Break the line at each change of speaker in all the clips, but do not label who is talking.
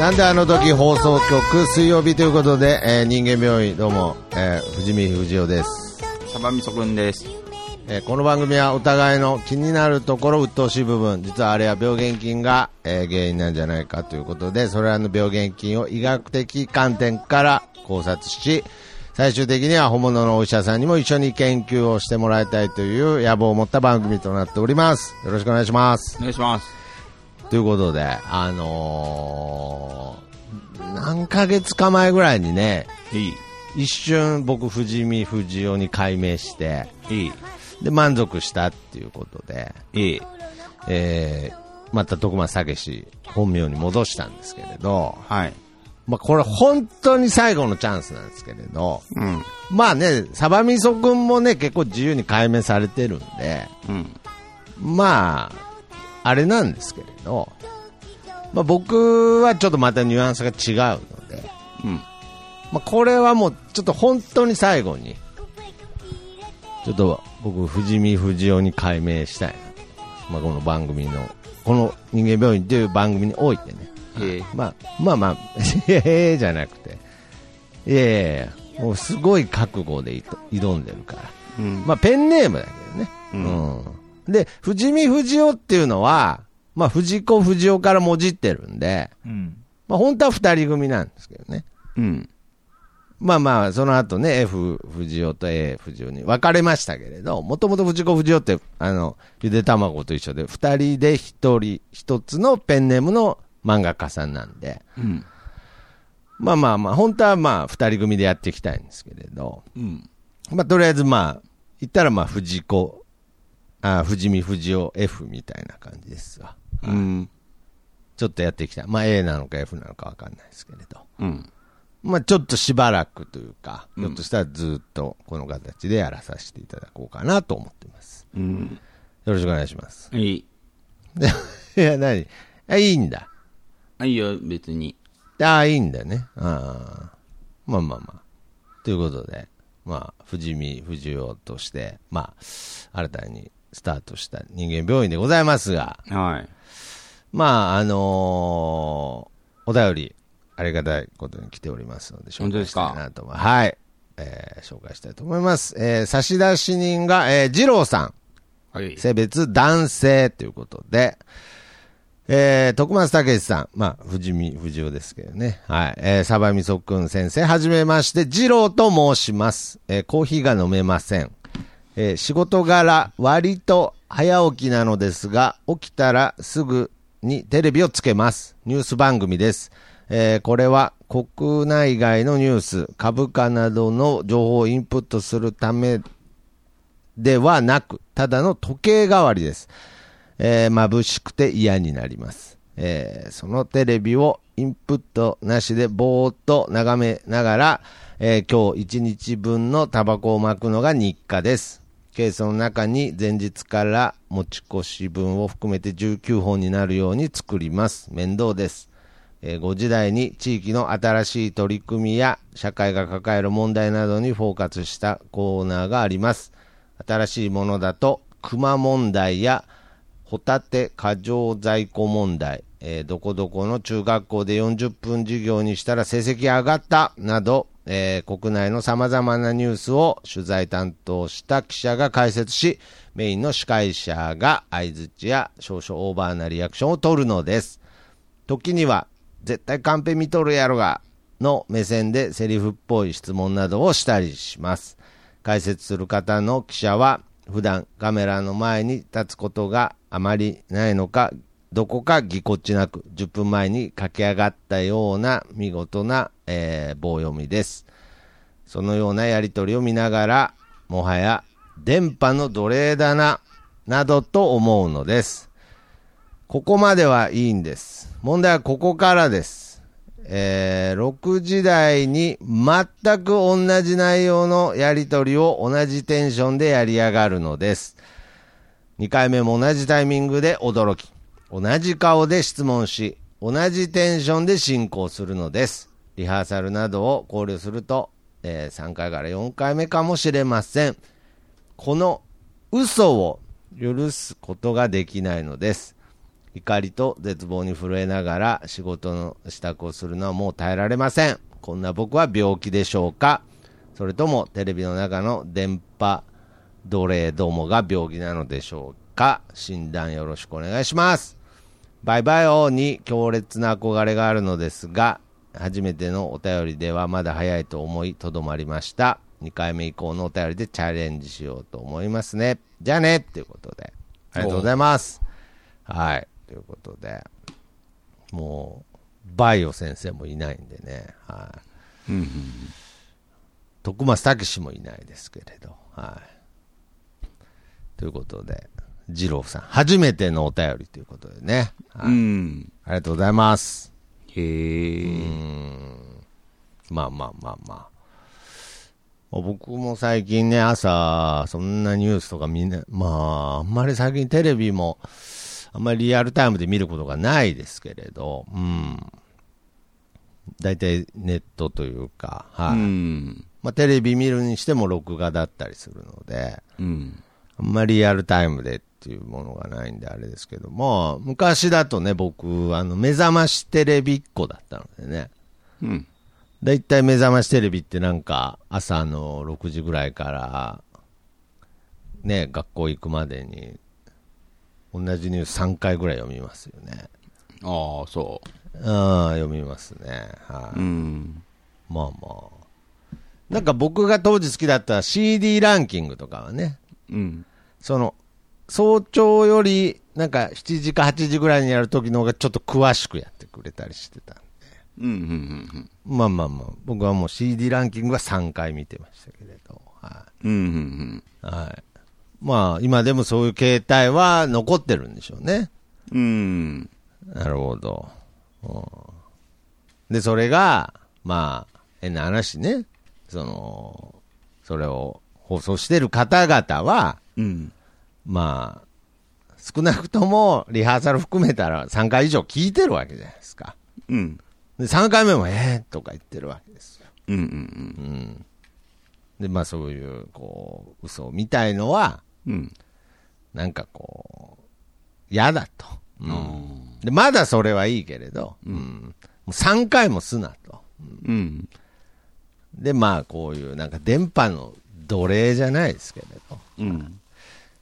なんであの時放送局水曜日ということで、えー人間病院どうも、えー藤見藤代です、
サバミソくんです。
えーこの番組はお互いの気になるところ鬱陶しい部分実はあれは病原菌が、えー原因なんじゃないかということでそれらの病原菌を医学的観点から考察し最終的には本物のお医者さんにも一緒に研究をしてもらいたいという野望を持った番組となっておりますよろしくお願いします
お願いします。
ということで、あのー何ヶ月か前ぐらいにね、
いい。
一瞬僕、藤見藤尾に改名して、
いい。
で、満足したっていうことで、
いい。
えー、また徳間武史本名に戻したんですけれど、
はい。
まあこれ本当に最後のチャンスなんですけれど、
うん。
まあね、サバミソ君もね、結構自由に改名されてるんで、
うん。
まあ、あれなんですけれど、まあ、僕はちょっとまたニュアンスが違うので、
うん。
まあ、これはもうちょっと本当に最後に、ちょっと僕、藤見藤雄に改名したいな、まあ、この番組の、この人間病院という番組においてね、
いい。
まあ、まあまあ、ええじゃなくて、いやいやいやもうすごい覚悟で挑んでるから。
うん。
まあ、ペンネームだけどね。うん。で、藤見藤尾っていうのは、まあ、藤子藤尾からもじってるんで、
うん。
まあ、本当は二人組なんですけどね。
うん。
まあまあ、その後ね、F 藤尾と A 藤尾に分かれましたけれど、もともと藤子藤尾って、あの、ゆで卵と一緒で、二人で一人、一つのペンネームの漫画家さんなんで、
うん。
まあまあまあ、本当はまあ、二人組でやっていきたいんですけれど、
うん。
まあ、とりあえずまあ、言ったらまあ、藤子、あ藤見藤尾 F みたいな感じですわ。
うん。
ちょっとやっていきたい。まあ、A なのか F なのかわかんないですけれど。
うん。
まあ、ちょっとしばらくというか、ひょっとしたらずっとこの形でやらさせていただこうかなと思ってます。
うん。
よろしくお願いします。
いい。
いや、何 あいいんだ。
あ、いいよ、別に。
ああ、いいんだね。ああ。まあまあまあ。ということで、まあ、藤見、藤尾として、まあ、新たにスタートした人間病院でございますが、
はい。
まあ、あのーお便り、ありがたいことに来ておりますので、紹
本当
介
で
し
す
た
か
いなと思います。はい。えー紹介したいと思います。えー差出人が、えー、二郎さん。
はい
性別男性ということで、えー、徳松武さん、まあ、藤見、藤尾ですけどね。はい。えー、サバミソくん先生、はじめまして、二郎と申します。えー、コーヒーが飲めません。えー、仕事柄、割と早起きなのですが、起きたらすぐにテレビをつけます。ニュース番組です。えーこれは国内外のニュース、株価などの情報をインプットするためではなく、ただの時計代わりです。えー眩しくて嫌になります。えーそのテレビをインプットなしでぼーっと眺めながら、えー今日1日分のタバコを巻くのが日課です。ケースの中に前日から持ち越し分を含めて19本になるように作ります。面倒です。えーご時代に地域の新しい取り組みや社会が抱える問題などにフォーカスしたコーナーがあります。新しいものだと、熊問題やホタテ過剰在庫問題、えーどこどこの中学校で40分授業にしたら成績上がったなど、えー国内の様々なニュースを取材担当した記者が解説し、メインの司会者が相づちや少々オーバーなリアクションを取るのです。時には、絶対カンペ見とるやろが、の目線でセリフっぽい質問などをしたりします。解説する方の記者は、普段カメラの前に立つことがあまりないのか、どこかぎこちなく、10分前に駆け上がったような見事な、えー棒読みです。そのようなやり取りを見ながら、もはや電波の奴隷だな、などと思うのです。ここまではいいんです。問題はここからです。えー6時台に全く同じ内容のやり取りを同じテンションでやりやがるのです。2回目も同じタイミングで驚き、同じ顔で質問し、同じテンションで進行するのです。リハーサルなどを考慮すると、え3回から4回目かもしれません。この嘘を許すことができないのです。怒りと絶望に震えながら仕事の支度をするのはもう耐えられません。こんな僕は病気でしょうかそれともテレビの中の電波奴隷どもが病気なのでしょうか診断よろしくお願いします。バイバイ王に強烈な憧れがあるのですが、初めてのお便りではまだ早いと思いとどまりました。2回目以降のお便りでチャレンジしようと思いますね。じゃあねということで。ありがとうございます。はい。ということで、もう、バイオ先生もいないんでね。はい。徳松武史もいないですけれど。はい。ということで、二郎さん、初めてのお便りということでね。はい
うん。
ありがとうございます。
へえ。
まあまあまあまあ。まあ僕も最近ね、朝、そんなニュースとかみんな、まあ、あんまり最近テレビも、あんまりリアルタイムで見ることがないですけれど、うん。大体ネットというか、はい。
うん。
まあ、テレビ見るにしても録画だったりするので、
うん。
あんまりリアルタイムでっていうものがないんであれですけども、昔だとね、僕、あの、目覚ましテレビっ子だったのでね、
うん。
だいたい目覚ましテレビってなんか、朝の6時ぐらいから、ね、学校行くまでに、同じニュース3回ぐらい読みますよね。
ああ、そ
うん、読みますね。は
う。
い。
うん。
まあまあ。なんか僕が当時好きだった CD ランキングとかはね、
うん。
その、早朝より、なんか7時か8時ぐらいにやる時の方がちょっと詳しくやってくれたりしてたんで。
うん。うん。うん。
まあまあまあ、僕はもう CD ランキングは3回見てましたけれど。は
うん。うん。
い。はい。まあ、今でもそういう形態は残ってるんでしょうね。
うん。
なるほど。うんで、それが、まあ、変な話ね。その、それを放送してる方々は、
うん。
まあ、少なくともリハーサル含めたら3回以上聞いてるわけじゃないですか。
うん。
で、3回目も、えーとか言ってるわけですよ。
うん。うん。
で、まあそういう、こう、嘘みたいのは、
うん。
なんかこう、嫌だと。う、
うんん。
で、まだそれはいいけれど、うん、もう3回もすなと。
うん。
で、まあ、こういう、なんか電波の奴隷じゃないですけれど、
うん。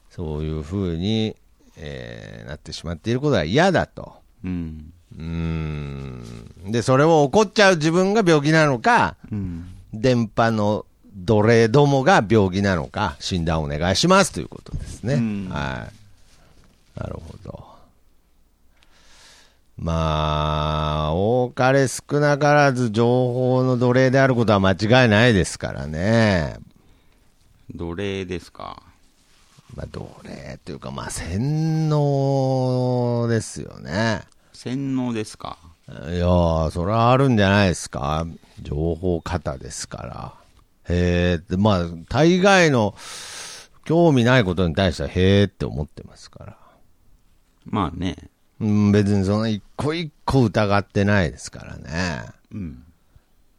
そういうふうに、えーなってしまっていることは嫌だと。
うん。
うーん。で、それを怒っちゃう自分が病気なのか、
うん。
電波の奴隷どもが病気なのか、診断お願いしますということですね。
うん
はい。なるほど。まあ、多かれ少なからず情報の奴隷であることは間違いないですからね。
奴隷ですか。
まあ、奴隷というか、まあ、洗脳ですよね。
洗脳ですか。
いやー、それはあるんじゃないですか。情報型ですから。へーって、まあ、大概の興味ないことに対しては、へーって思ってますから。
まあね。
うん、別にその一個一個疑ってないですからね。
うん。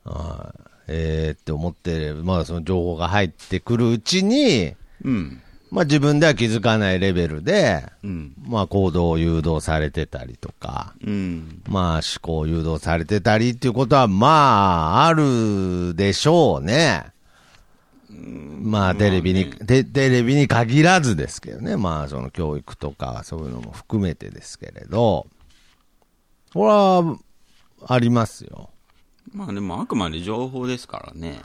はい。えーって思ってれば、まあその情報が入ってくるうちに、
うん。
まあ自分では気づかないレベルで、
うん。
まあ行動を誘導されてたりとか、
うん。
まあ思考誘導されてたりっていうことはまああるでしょうね。まあテレビに、テテレビに限らずですけどね。まあその教育とかそういうのも含めてですけれど。これはありますよ。
まあでもあくまで情報ですからね。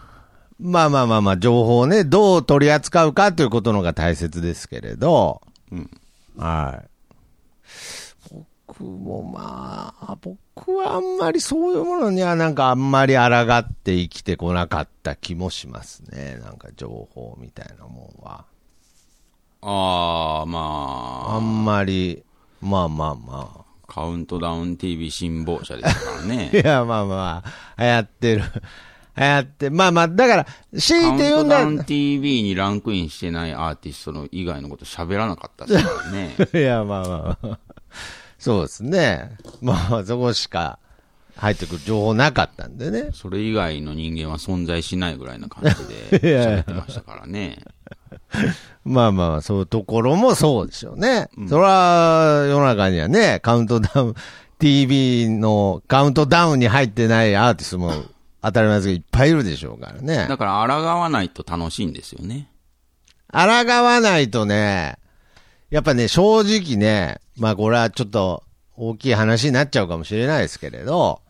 まあまあまあまあ情報をね、どう取り扱うかということのが大切ですけれど。
うん。
はい。僕もまあ、僕はあんまりそういうものにはなんかあんまり抗って生きてこなかった気もしますね。なんか情報みたいなもんは。
ああ、ま
あんまり、まあまあま
あ、カウントダウン TV 辛抱者ですから
あ。い
ね。
や、まあまあ、流行ってる。流行って、まあまあ、だから、強
カウ
い
ン
て言う
ト
ん
ダ
だ
ウン TV にランクインしてないアーティストの以外のこと喋らなかったですからね。
いや、まあまあまあ。そうですね。まあ、そこしか入ってくる情報なかったんでね。
それ以外の人間は存在しないぐらいな感じで喋ってましたからね。
まあまあ、そういうところもそうでしょうね。それは、世の中にはね、カウントダウン、TV のカウントダウンに入ってないアーティストも、当たり前ですけど、いっぱいいるでしょうからね。
だから、抗わないと楽しいんですよね。
抗わないとね、やっぱね、正直ね、まあこれはちょっと大きい話になっちゃうかもしれないですけれど、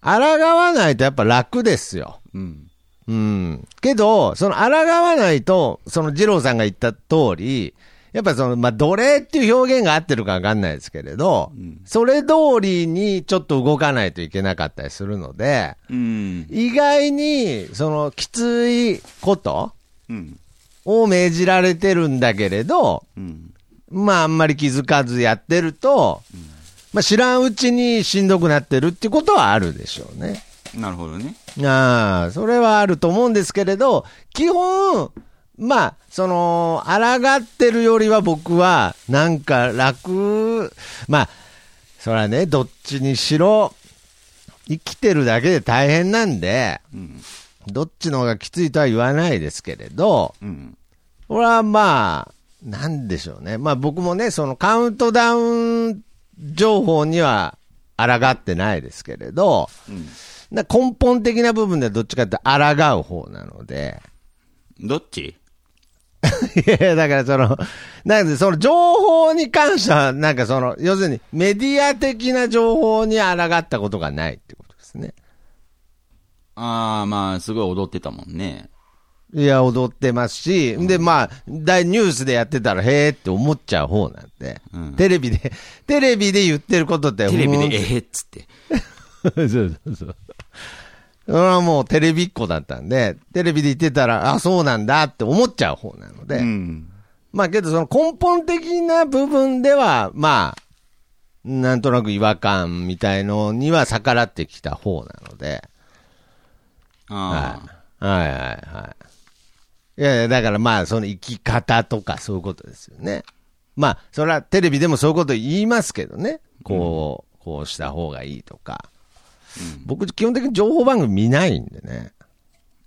抗わないとやっぱ楽ですよ。
うん。
うん。けど、その抗わないと、その二郎さんが言った通り、やっぱその、まあ、奴隷っていう表現が合ってるかわかんないですけれど、それ通りにちょっと動かないといけなかったりするので、
うん。
意外に、その、きついこと
うん。
を命じられてるんだけれど、
うん。
まあ、あんまり気づかずやってると、まあ、知らんうちにしんどくなってるってことはあるでしょうね。
なるほどね。
ああ、それはあると思うんですけれど、基本、まあ、その、抗ってるよりは僕は、なんか楽、まあ、それはね、どっちにしろ、生きてるだけで大変なんで、
うん。
どっちの方がきついとは言わないですけれど、
うん。
これはまあ、なんでしょうね。まあ僕もね、そのカウントダウン情報には抗ってないですけれど、
うん。
な根本的な部分ではどっちかって抗う方なので、
どっち
いやいやだからその、なんでその情報に関しては、なんかその、要するにメディア的な情報に抗ったことがないってことですね。
ああ、まあ、すごい踊ってたもんね。
いや、踊ってますし、で、まあ、大ニュースでやってたら、へーって思っちゃう方なんで、
うん
テレビで、テレビで言ってることって、
テレビ
うん
で、えへっつって。
そうそうそう。それはもうテレビっ子だったんで、テレビで言ってたら、あ、そうなんだって思っちゃう方なので、
うん。
まあけどその根本的な部分では、まあ、なんとなく違和感みたいのには逆らってきた方なので、
あ
はい。
あ。
はいはいはい。いやいや、だからまあ、その生き方とかそういうことですよね。まあ、それはテレビでもそういうこと言いますけどね。こう、こうした方がいいとか。僕、基本的に情報番組見ないんでね。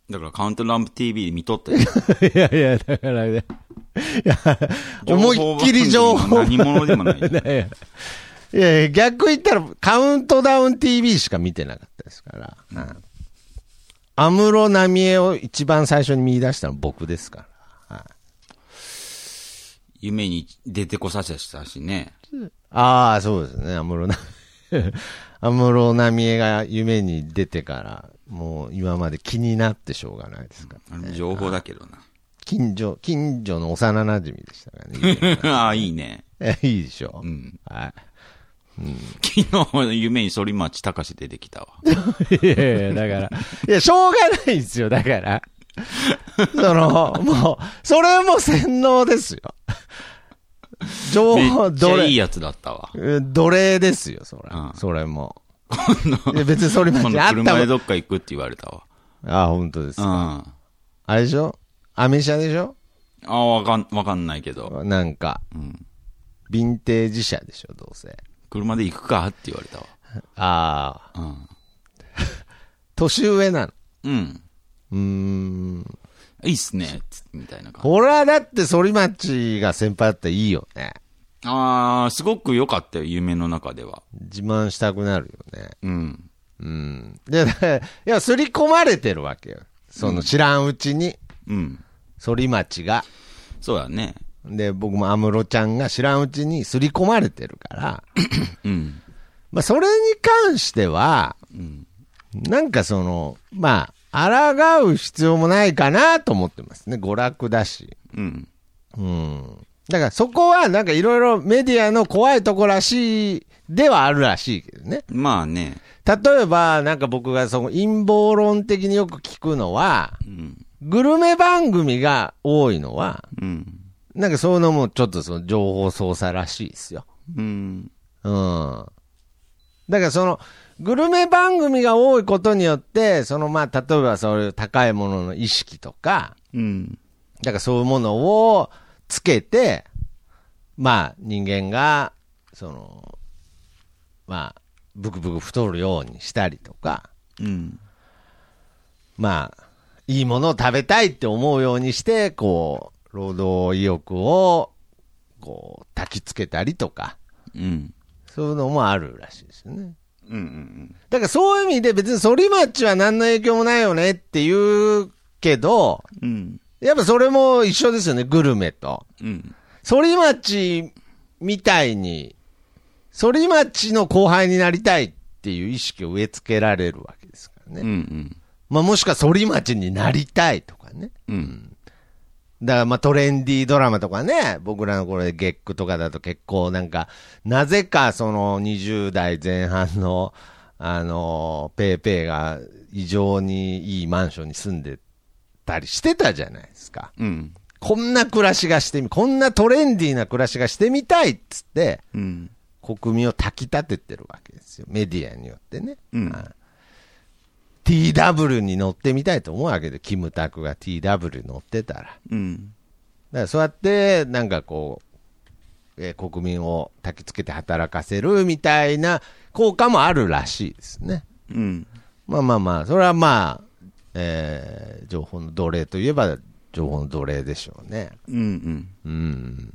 だから、カウントダウン TV で見とったよ。
いやいや、だからね。 いや、 思いっきり情報番組
何者で もない。
いやいやいや、逆言ったら、カウントダウン TV しか見てなかったですから。うん安室奈美恵を一番最初に見出したの僕ですから。
夢に出てこさせたしね。
ああ、そうですね、安室奈美 恵。安室奈美恵が夢に出てから、もう今まで気になってしょうがないですから。
あれ情報だけどな。
近所、近所の幼馴染でしたから ね
ああ、いいね。
え。いいでしょう。
ん
はい。
昨日、夢に反町隆史出て きたわ。
いやいや、だから。いや、しょうがないんですよ、だから。その、もう、それも洗脳ですよ。情
め
報、
っち
奴
ゃいい
隷。
やつだったわ。
奴隷ですよ、それ。
うん
それも。 いや別にそれま
今
で
度
あった
車
も
で
ん。
どっか行くって言われたわ。
あ、本当です
うん。。あ
あれでしょアメ車でしょ
あ、わかん、わかんないけど。
なんか、
うん。
ヴィンテージ車でしょ、どうせ。
車で行くかって言われたわ。
ああ、年上なの。
うん。
う
うん。
ーん。
いいっすね。つみたいな感じ。
これはだって、反町が先輩だったらいいよね。
ああ、すごく良かったよ、夢の中では。
自慢したくなるよね。
うん。
うん。で、 だからいや、すり込まれてるわけよ。その知らんうちに、
うん。
反町が。
そうだね。
で、僕も安室ちゃんが知らんうちにすり込まれてる から、
うん。
まあ、それに関しては、
うん。
なんかその、まあ、抗う必要もないかなと思ってますね。娯楽だし。
うん。
うん。だからそこは、なんかいろいろメディアの怖いとこらしい、ではあるらしいけどね。
まあね。
例えば、なんか僕がその陰謀論的によく聞くのは、
うん。
グルメ番組が多いのは、
うん。
なんかそういうのもちょっとその情報操作らしいですよ。
うん。
うん。だからその、グルメ番組が多いことによって、そのまあ、例えばそういう高いものの意識とか、
うん。
だからそういうものをつけて、まあ、人間が、その、まあ、ブクブク太るようにしたりとか、
うん。
まあ、いいものを食べたいって思うようにして、こう、労働意欲を、こう、焚きつけたりとか、
うん。
そういうのもあるらしいですよね。
うんうんうん。
だからそういう意味で別にソリマッチは何の影響もないよねっていうけど、
うん。
やっぱそれも一緒ですよね、グルメと。
うん。
ソリマッチみたいに、ソリマッチの後輩になりたいっていう意識を植え付けられるわけですからね。
うんうん。
まあもしくはソリマッチになりたいとかね。
うん。
だからまあトレンディードラマとかね、僕らの頃でゲックとかだと結構なんか、なぜかその20代前半の、あのペーペーが異常にいいマンションに住んでたりしてたじゃないですか。
うん。
こんな暮らしがしてみ、こんなトレンディーな暮らしがしてみたいっつって、
うん。
国民を炊き立ててるわけですよ。メディアによってね。
うん
はい TW に乗ってみたいと思うわけで、キムタクが TW 乗ってたら。
うん。
だからそうやって、なんかこう、えー国民を焚きつけて働かせるみたいな効果もあるらしいですね。
うん。
まあまあまあ、それはまあ、えー情報の奴隷といえば情報の奴隷でしょうね。
うんうん。
うん。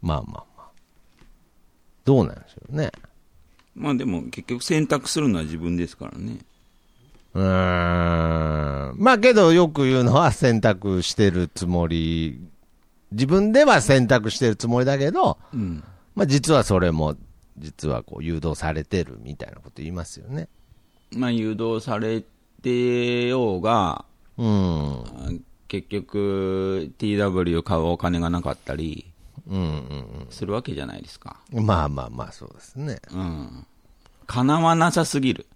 まあまあまあ。どうなんでしょうね。
まあでも結局選択するのは自分ですからね。
うーん。まあけどよく言うのは選択してるつもり、自分では選択してるつもりだけど、
うん。
まあ、実はそれも、実はこう誘導されてるみたいなこと言いますよね。
まあ誘導されてようが、
うん。
あ結局 TW を買うお金がなかったり
うんうん
するわけじゃないですか。
うん。まあまあまあ、そうですね。
うん。叶わなさすぎる。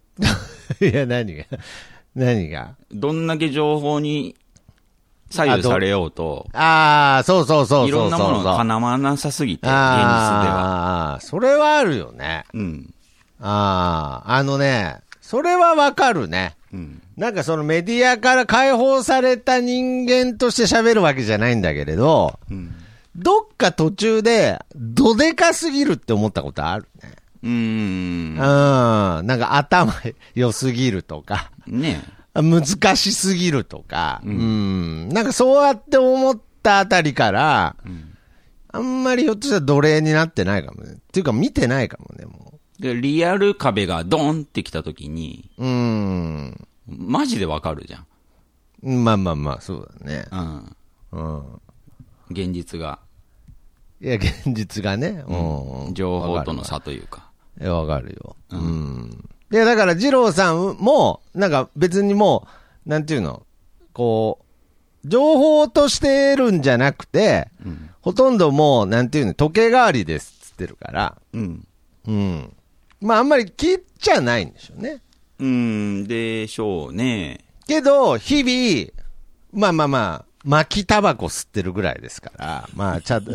いや、何が、何が。
どんだけ情報に左右されようと、
ああ、そうそうそうそうそうそう。
いろんなものが叶わなさすぎて、現実で
あ
は。
あ、それはあるよね。
うん。
ああ、あのね、それはわかるね。
うん。
なんかそのメディアから解放された人間として喋るわけじゃないんだけれど、
うん。
どっか途中で、どでかすぎるって思ったことあるね。
うん。
うん。なんか頭良すぎるとか、
ね
難しすぎるとか、うん。なんかそうやって思ったあたりから、あんまりひょっとしたら奴隷になってないかもね。っていうか見てないかもね、も
で、リアル壁がドンってきたときに、
う。うん。
マジでわかるじゃん。
まあまあまあ、そうだね。
うん。
うん。
現実が、
いや、現実がね。うん。
情報との
わか
差というか。
る。いやわかるよ。うん。いや、だから、二郎さんも、なんか別にもう、なんていうの、こう、情報として得るんじゃなくて、ほとんどもう、なんていうの、時計代わりですっつってるから、
うん。
うん。まあ、あんまり切っちゃないんでしょうね。
うん、でしょうね。
けど、日々、まあまあまあ、巻きタバコ吸ってるぐらいですから、まあ、ちゃんと、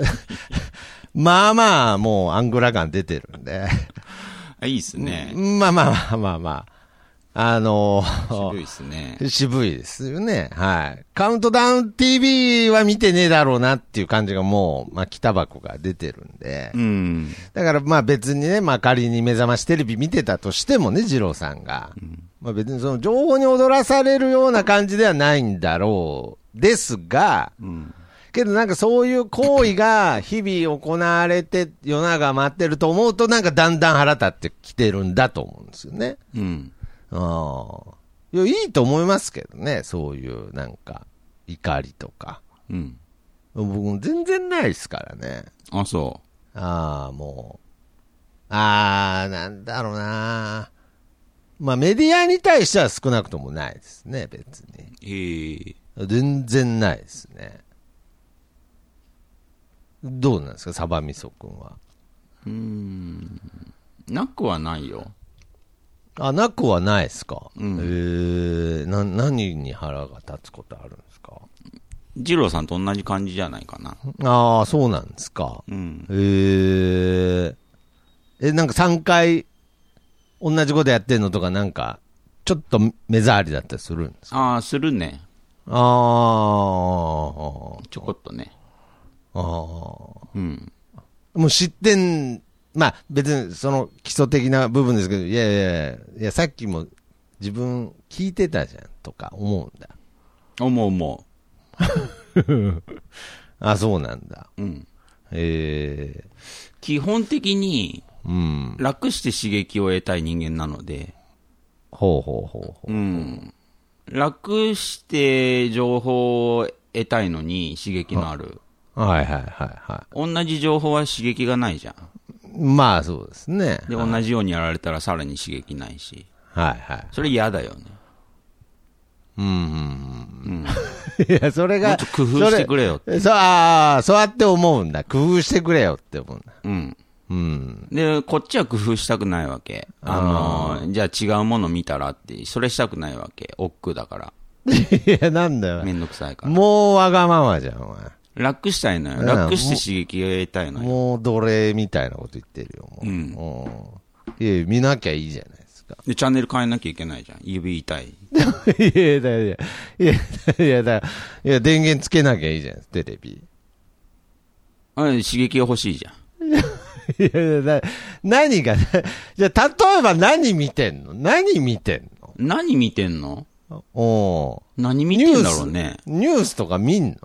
まあまあ、もうアングラ感出てるんで、
あいいっすね。
まあまあまあまあまあ、あの
渋いっすね。
渋いですよね。はい。カウントダウン TV は見てねえだろうなっていう感じがもう、巻きタバコが出てるんで
う、ん。
だからまあ別にね、まあ仮に目覚ましテレビ見てたとしてもね、二郎さんが。まあ別にその情報に踊らされるような感じではないんだろう。ですが、
うん。
けどなんかそういう行為が日々行われて世の中が待ってると思うとなんかだんだん腹立ってきてるんだと思うんですよね。
うん。
ああ。いや、いいと思いますけどね、そういうなんか怒りとか。
うん。
僕も全然ないですからね。
あ、そ
ああ、もう。ああ、なんだろうな。まあ、メディアに対しては少なくともないですね、別に。
う。へえ。
全然ないですね。どうなんですか、サバミソ君は。
うん。なくはないよ。
あ、なくはないですか。
うん
えーな、何に腹が立つことあるんですか。
二郎さんと同じ感じじゃないかな。
ああ、そうなんですか。
うん。
えー、え、なんか3回、同じことやってんのとか、なんか、ちょっと目障りだったりするんですか
ああ、するね。
あー
ちょこっとね。
あー。
うん。
もう知ってん、まあ別にその基礎的な部分ですけど、いやいやいや、いやさっきも自分聞いてたじゃんとか思うんだ。
思う思
あ、そうなんだ。
う。うん。
え
基本的に、
ー、うん。
楽して刺激を得たい人間なので、
ほうほうほうほう。
うん。楽して情報を得たいのに刺激のある。
はいはいはいは
同じ情報は刺激がないじゃん。
い。まあそうですね。
で、同じようにやられたらさらに刺激ないし。
はいはい。
それ嫌だよね。
うんうんうん。いや、それ
もう
が、
ちょっと工夫してくれよ。
れ。そう、ああ、そうやって思うんだ。工夫してくれよって思うんだ。
うん。
うん。
で、こっちは工夫したくないわけ。あのー、じゃあ違うもの見たらって、それしたくないわけ。億劫だか
いや、なんだ
ら。
よ。
めんどくさいから。
もうわがままじゃん、お前。
楽したいの
う
よ。
ん
楽して刺激を得たいのよ。
もう奴隷みたいなこと言ってるよ、もう。うん。いや、見なきゃいいじゃないですか。
で、チャンネル変えなきゃいけないじゃん。指痛い。
いや、だいや、いや、いや、だいや、電源つけなきゃいいじゃないですか、テレビ。
うん、刺激が欲しいじゃん。
いやいや、だ何が、じゃあ例えば何見てんの何見てん
何見てんの
のお
何見てんだろうね。
ーニュースとか見んの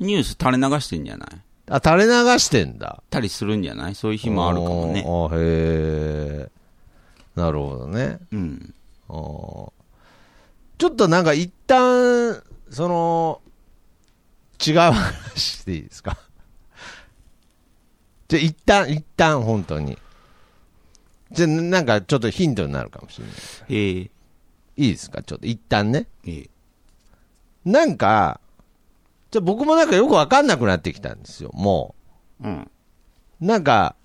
ニュース垂れ流してんじゃない
あ、垂れ流してんだ。
たりするんじゃないそういう日もあるかもね。
おーあ、へえ。なるほどね。
うん。
あーちょっとなんか一旦、その、違う話でいいですか。 じゃ、一旦、一旦、本当に。じゃ、なんかちょっとヒントになるかもしれない。
へえ。
いいですかちょっと一旦ね。
へえ。
なんか、じゃ、僕もなんかよくわかんなくなってきたんですよ、も
うん。
う。なんか、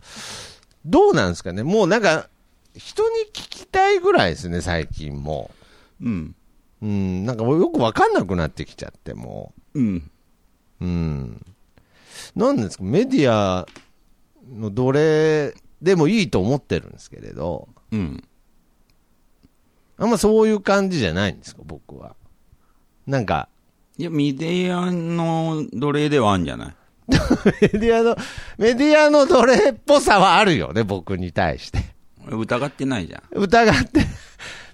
どうなんですかねもうなんか、人に聞きたいぐらいですね、最近もう。
うん。
うん、なんかもうよくわかんなくなってきちゃって、も
うん。
う。うん。なんですか、メディアの奴隷でもいいと思ってるんですけれど、
うん。
あんまそういう感じじゃないんですか、僕は。なんか、
いや、ミディアの奴隷ではあるんじゃない
メディアの、メディアの奴隷っぽさはあるよね、僕に対して。
俺疑ってないじゃん。
疑って、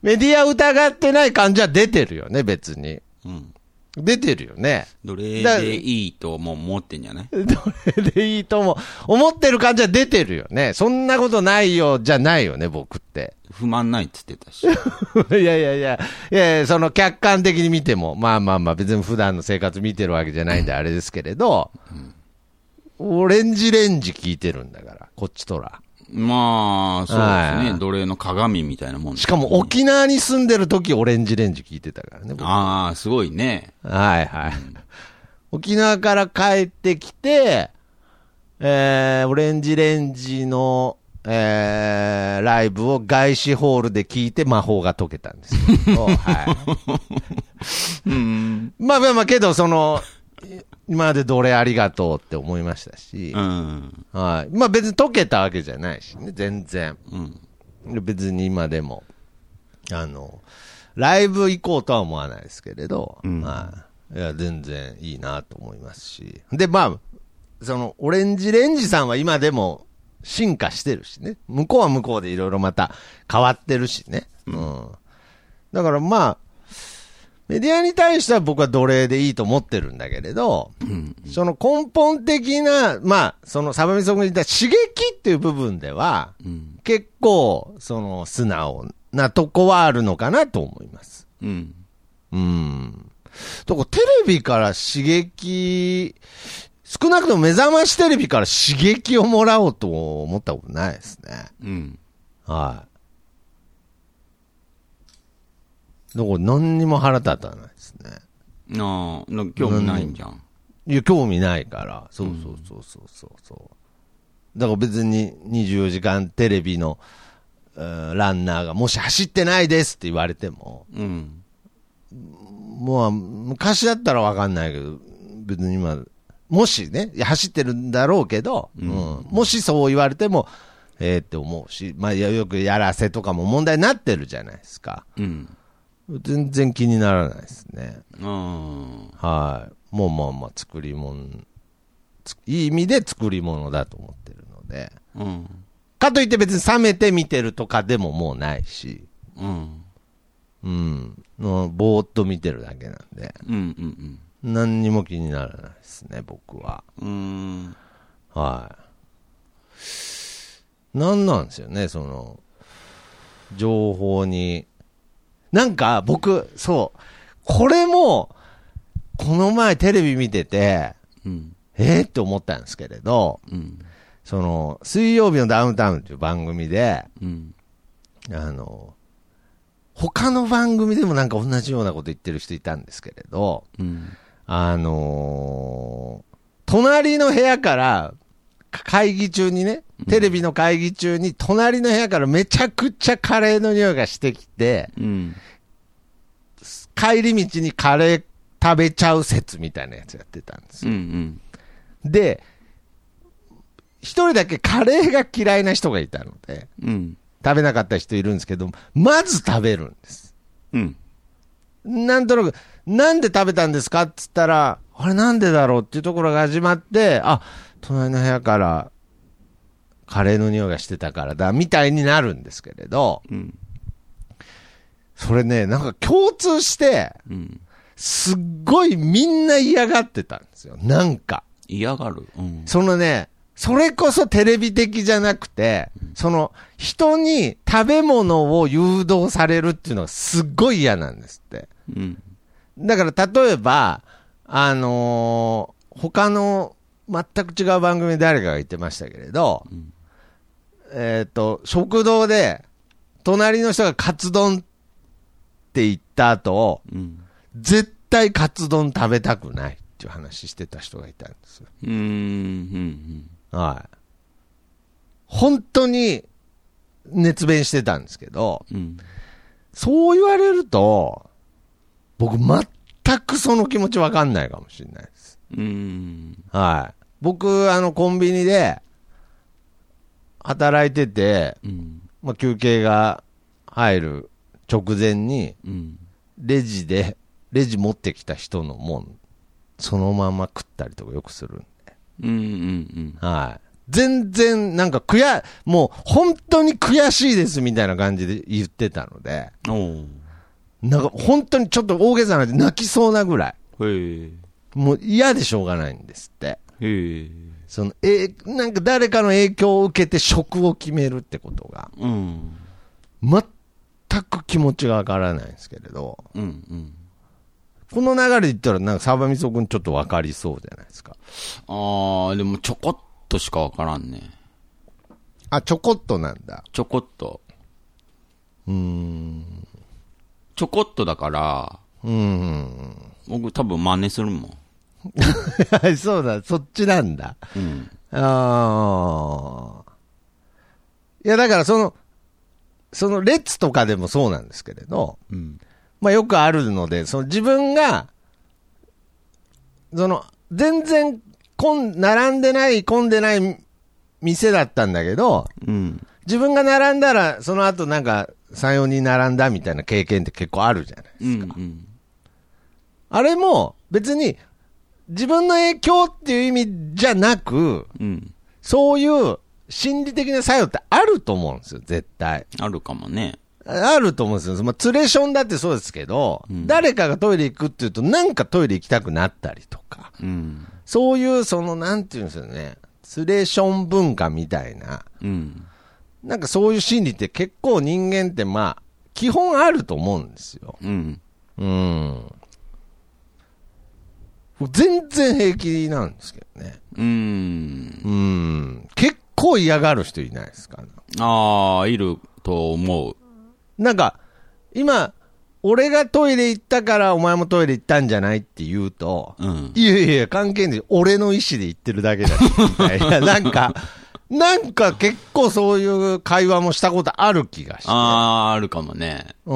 メディア疑ってない感じは出てるよね、別に。
うん。
出てるよね。
奴隷でいいともう思ってんじゃな い
どれでいいとも、思ってる感じは出てるよね。そんなことないよ、じゃないよね、僕って。
不満ないっつってた し。
いやいやいや、いやいや、その客観的に見ても、まあまあまあ、別に普段の生活見てるわけじゃないんで、あれですけれど、オレンジレンジ聞いてるんだから、こっちとら。
まあ、そうです
は
ね。
い
奴隷の鏡みたいなもん、ね、
しかも沖縄に住んでる時オレンジレンジ聞いてたからね、僕
ああ、すごいね。
はいはい。沖縄から帰ってきて、えー、オレンジレンジの、えー、ライブを外資ホールで聞いて魔法が解けたんですけ ど、はい。まあまあまあ、けど、その、今まで奴隷ありがとうって思いましたし
う、ん。
はい。まあ別に解けたわけじゃないしね、全然。
うん。
別に今でも、あの、ライブ行こうとは思わないですけれど、はい。いや、全然いいなと思いますし。で、まあ、その、オレンジレンジさんは今でも進化してるしね。向こうは向こうでいろいろまた変わってるしね。うん。だからまあ、メディアに対しては僕は奴隷でいいと思ってるんだけれど、その根本的な、まあ、そのサバミソクに言った刺激っていう部分では、
うん。
結構、その、素直なとこはあるのかなと思います。
うん。
うん。とこ、テレビから刺激、少なくとも目覚ましテレビから刺激をもらおうと思ったことないですね。
うん。
はい。だから何にも腹立たないですね。
なあ、な興味ないんじゃん。
いや、興味ないから。そうそうそうそうそうそう。だから別に24時間テレビの、えーランナーがもし走ってないですって言われても、
うん。
もう昔だったらわかんないけど、別に今、もしね、いや走ってるんだろうけど、うんもしそう言われても、えーって思うし、まあ、いやよくやらせとかも問題になってるじゃないですか。
うん。
全然気にならないですね。
うん。
はい。もうまあまあ作り物、ついい意味で作り物だと思ってるので。
うん。
かといって別に冷めて見てるとかでももうないし。
うん。
うん。もうぼーっと見てるだけなんで、
うんうん
何にも気にならないですね、僕は。
うん。うーん。
はい。なんなんですよね、その、情報に。なんか僕、そう、これも、この前テレビ見てて、
うん。
えー、って思ったんですけれど、
うん。
その、水曜日のダウンタウンっていう番組で、
うん。
あの、他の番組でもなんか同じようなこと言ってる人いたんですけれど、
うん。
あのー隣の部屋から、か会議中にね、テレビの会議中に、隣の部屋からめちゃくちゃカレーの匂いがしてきて、
うん。
帰り道にカレー食べちゃう説みたいなやつやってたんです
う
よ。
ん。
で、一人だけカレーが嫌いな人がいたので、
うん。
食べなかった人いるんですけど、まず食べるんです。
うん。
なんとなく、なんで食べたんですかって言ったら、あれなんでだろうっていうところが始まって、あ、隣の部屋から、カレーの匂いがしてたからだ、みたいになるんですけれど、
うん。
それね、なんか共通して、
うん。
すっごいみんな嫌がってたんですよ。なんか。
嫌がる。うん。
そのね、それこそテレビ的じゃなくて、その、人に食べ物を誘導されるっていうのがすっごい嫌なんですって。
うん。
だから例えば、あのー他の全く違う番組で誰かが言ってましたけれど、
ん
えっ、と、食堂で、隣の人がカツ丼って言った後、
うん。
絶対カツ丼食べたくないっていう話してた人がいたんですよ。
うん。うん。
はい。本当に熱弁してたんですけど、
うん。
そう言われると、僕全くその気持ちわかんないかもしれないです。
うん。
はい。僕、あの、コンビニで、働いてて、
うん。
まあ、休憩が入る直前に、
うん。
レジで、レジ持ってきた人のもん、そのまま食ったりとかよくする。
うん。うん。
はい。全然、なんか、悔や、もう、本当に悔しいですみたいな感じで言ってたので、
うん。お
なんか、本当にちょっと大げさな話で泣きそうなぐらい、
お。へえ。
もう嫌でしょうがないんですって。
へえ。
その、え、なんか誰かの影響を受けて職を決めるってことが、
うん。
全く気持ちがわからないんですけれど、
うん。うん。
この流れで言ったら、なんか、サバミソ君ちょっとわかりそうじゃないですか。
ああ、でもちょこっとしかわからんね。
あ、ちょこっとなんだ。
ちょこっと。うーん。ちょこっとだから、
うん。
僕多分真似するもん。
そうだ、そっちなんだ。
うん。
ああ。いや、だから、その、その、列とかでもそうなんですけれど、
うん。
まあ、よくあるので、その自分が、その、全然、混ん、並んでない、混んでない店だったんだけど、
うん。
自分が並んだら、その後なんか、3、4人並んだみたいな経験って結構あるじゃない。
うん。うん。
あれも、別に、自分の影響っていう意味じゃなく、
うん。
そういう心理的な作用ってあると思うんですよ、絶対。
あるかもね。
あると思うんですよ。まあ、ツレションだってそうですけど、誰かがトイレ行くっていうと、なんかトイレ行きたくなったりとか、
うん。
そういう、その、なんていうんですよね、ツレション文化みたいな、
うん。
なんかそういう心理って結構人間って、まあ、基本あると思うんですよ。
うん。
うん。全然平気なんですけどね。
うん。
うん。結構嫌がる人いないですか、
ああ、いると思う。
なんか、今、俺がトイレ行ったからお前もトイレ行ったんじゃないって言うと、
うん。
いやいやいや、関係ない。俺の意思で言ってるだけだしみたい な。なんか、なんか結構そういう会話もしたことある気がして。
ああ、あるかもね。
うん。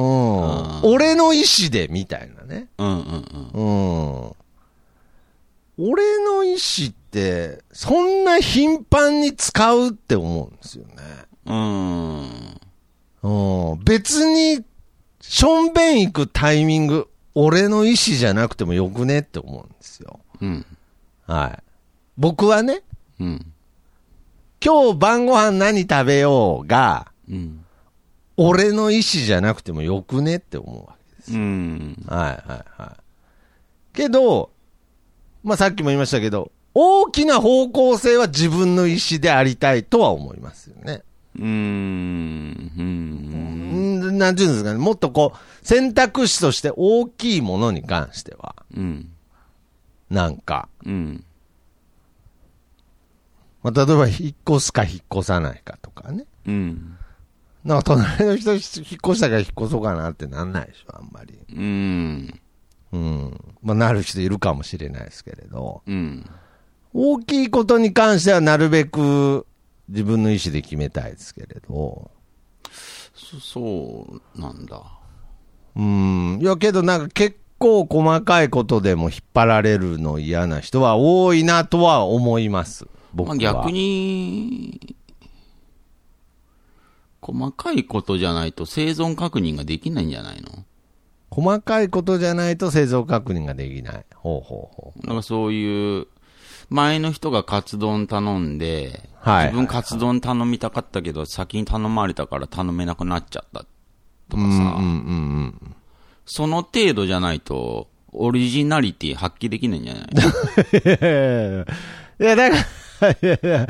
俺の意思で、みたいなね。
うんうんうん。
うん。俺の意思って、そんな頻繁に使うって思うんですよね。
うーん。
うん、別に、しょんべん行くタイミング、俺の意思じゃなくてもよくねって思うんですよ。
うん。
はい。僕はね、
うん。
今日晩ご飯何食べようが、
うん。
俺の意思じゃなくてもよくねって思うわけです。
うん。
はいはいはい。けど、まあ、さっきも言いましたけど、大きな方向性は自分の意思でありたいとは思いますよね。
うん。うん。
うん、なんていうんですかね、もっとこう、選択肢として大きいものに関しては、
うん。
なんか、
うん。
まあ、例えば引っ越すか引っ越さないかとかね。
うん。
なんか隣の人引っ越したから引っ越そうかなってなんないでしょ、あんまり。
うん。
うん。まあ、なる人いるかもしれないですけれど。
うん。
大きいことに関してはなるべく自分の意思で決めたいですけれど。
そそうなんだ。
うん。いや、けどなんか結構細かいことでも引っ張られるの嫌な人は多いなとは思います。僕
ま
は。
あ、逆に、細かいことじゃないと生存確認ができないんじゃないの
細かいことじゃないと製造確認ができない。ほうほうほう。
なんかそういう、前の人がカツ丼頼んで、
はい
自分カツ丼頼みたかったけど、先に頼まれたから頼めなくなっちゃったとかさ、
うんうんうん。
その程度じゃないと、オリジナリティ発揮できないんじゃない
いや、だから、いやいや、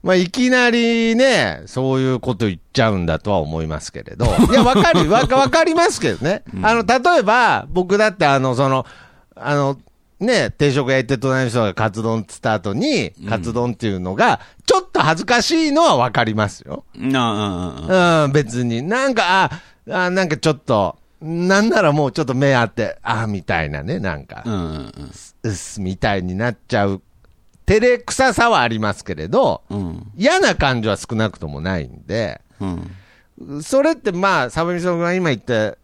まあ、いきなりね、そういうこと言っちゃうんだとは思いますけれ ど。いや、わかる、わかわかりますけどね。あの、例えば、僕だって、あの、その、あの、ね、定食屋行って隣の人がカツ丼っつった後に、カツ丼っていうのが、ちょっと恥ずかしいのはわかりますよ。
なあ、
うん、別に。なんか、あ、あなんかちょっと、なんならもうちょっと目あって、あみたいなね、なんか
う。んうんうん。
うっすみたいになっちゃう照れくささはありますけれど、
うん。
嫌な感じは少なくともないんで、
うん。
それってまあ、サブミソンが今言った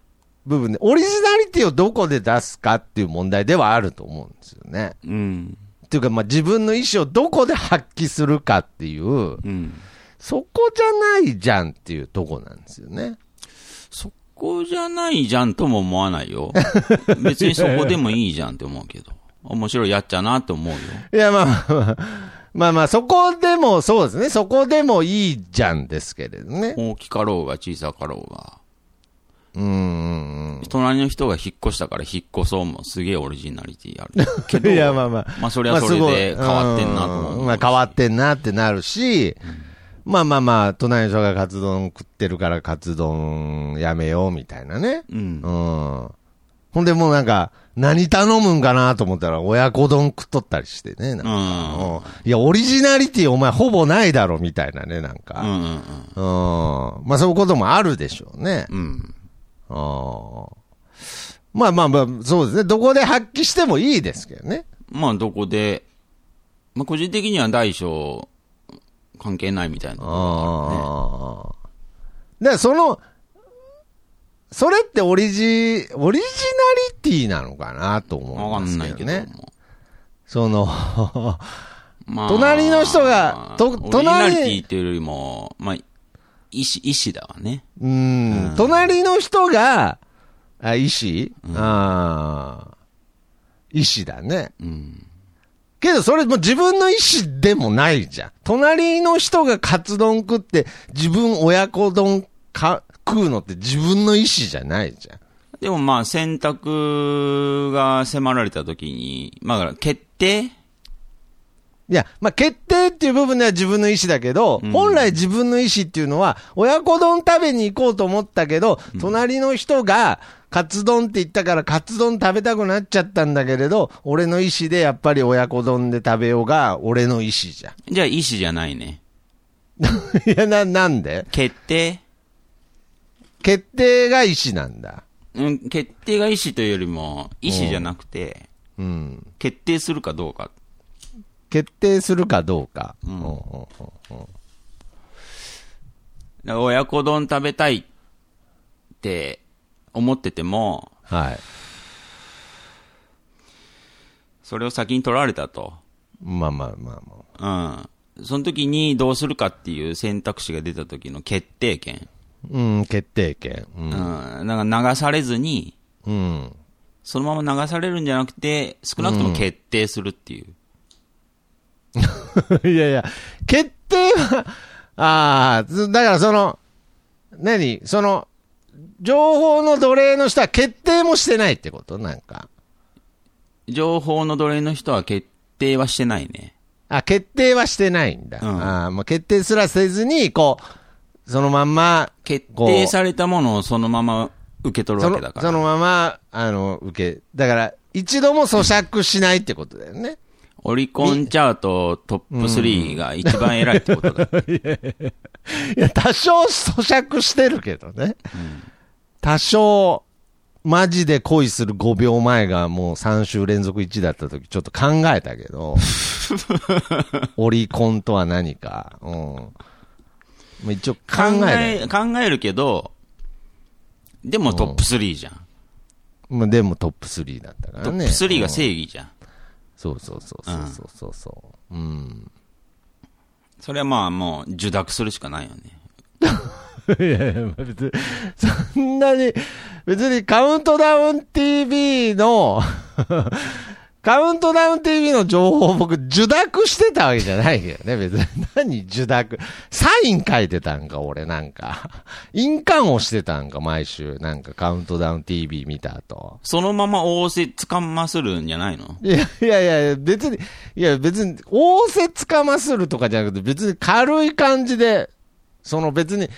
部分で、オリジナリティをどこで出すかっていう問題ではあると思うんですよね。
うん。
っていうか、まあ自分の意思をどこで発揮するかっていう、
うん。
そこじゃないじゃんっていうとこなんですよね。
そこじゃないじゃんとも思わないよ。 別にそこでもいいじゃんって思うけど。面白いやっちゃなって思うよ。
いや、まあまあまあ、まあまあ、そこでも、そうですね、そこでもいいじゃんですけれどね。
大きかろうが小さかろうが。
うんうんうん。
隣の人が引っ越したから引っ越そうもすげえオリジナリティある けど。
いや、まあまあ。
まあそれはそれで変わってんなと思う
ま
し
あすごいうんまあ変わってんなってなるし、まあまあまあ、隣の人がカツ丼食ってるからカツ丼やめようみたいなね。
うん
うん。。ほんでもうなんか、何頼むんかなと思ったら親子丼食っとったりしてね。なん
う
か
ん。
うんいや、オリジナリティお前ほぼないだろみたいなね、なん
うんう
か。
ん
うん。まあそういうこともあるでしょうね。
うん。うん。
ああ。まあまあまあ、そうですね。どこで発揮してもいいですけどね。
まあどこで、まあ個人的には大小関係ないみたいなところがあるね。
ああ。だからその、それってオリジ、オリジナリティなのかなと思
わ
う
か
んで
ん
す
ない
け
け
ど
ど
ね。
も。
その、
ま
隣の人がと
オリ
隣
ジナリティっていうよりも、まあ、意思、意思だわね。
うん、隣の人が、あ、医師、ああ。医師だね。
うん。
けどそれも自分の意思でもないじゃん。隣の人がカツ丼食って自分親子丼か食うのって自分の意思じゃないじゃん。
でもまあ、選択が迫られた時に、まあ、決定
いや、まあ、決定っていう部分では自分の意思だけど、本来自分の意思っていうのは、親子丼食べに行こうと思ったけど、隣の人が、カツ丼って言ったから、カツ丼食べたくなっちゃったんだけれど、俺の意思でやっぱり親子丼で食べようが、俺の意思じゃ ん。
じゃあ、意思じゃないね。
いや、な、なんで
決定
決定が意思なんだ。
うん、決定が意思というよりも、意思じゃなくて、
うん。
決定するかどうか。
決定するかどうか。
ん
うんうんうん
だから親子丼食べたいって思ってても、
はい。
それを先に取られたと。
まあまあまあま
うん。その時にどうするかっていう選択肢が出た時の決定権。
あ。うん、決定権。
うん。なんか流されずに、
うん。うん。
そのまま流されるんじゃなくて、少なくとも決定するっていう。
いやいや、決定は、ああ、ずだからその、何その、情報の奴隷の人は決定もしてないってことなんか。
情報の奴隷の人は決定はしてないね。
あ、決定はしてないんだ。
うん
あーもう決定すらせずに、こう、そのまんま、
決
こう
定されたものをそのまま受け取る
そ
わ
の
けだか
そ
ら。
のまま、あの、受け、だから、一度も咀嚼しないってことだよね。
オリコンチャートトップ3が一番偉いってことだ。
いや、多少咀嚼してるけどね。多少、マジで恋する5秒前がもう3週連続1だった時、ちょっと考えたけ ど、オリコンとは何か。うん。まあ一 応考え
考
ない。
え、考えるけど、でもトップ3じゃん。
まあでもトップ3だったか
ト
ら
ップ
ね。
3
う
が
ん
正義じゃん。
そうそうそうそうそうそう。うん。
それはまあもう受諾するしかないよね。
いやいや、まあ別に、そんなに、別にカウントダウン TV の、 カウントダウン TV の情報を僕、受諾してたわけじゃないけどね、別に。何受諾サイン書いてたんか、俺なんか。印鑑をしてたんか、毎週。なんかカウントダウン TV 見た後。
そのまま仰せつかまするんじゃないの
いやいやいやいや、別に、いや別に、仰せつかまするとかじゃなくて、別に軽い感じで、その別に、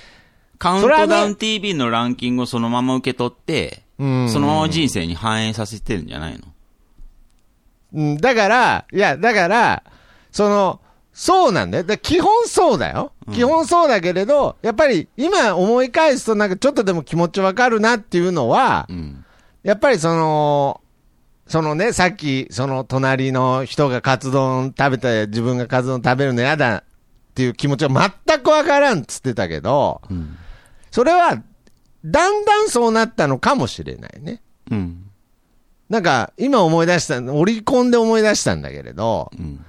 カウン
それは
ト
ね
ダウン TV のランキングをそのまま受け取って、
うん
そのまま人生に反映させてるんじゃないの
うん、だから、いや、だから、その、そうなんだよ。だ基本そうだよ。基本そうだけれど、やっぱり今思い返すとなんかちょっとでも気持ちわかるなっていうのは
う、ん。
やっぱりその、そのね、さっき、その隣の人がカツ丼食べた、自分がカツ丼食べるの嫌だっていう気持ちは全くわからんっつってたけど、
うん。
それは、だんだんそうなったのかもしれないね。
うん。
なんか、今思い出した、オリコンで思い出したんだけれど、
うん。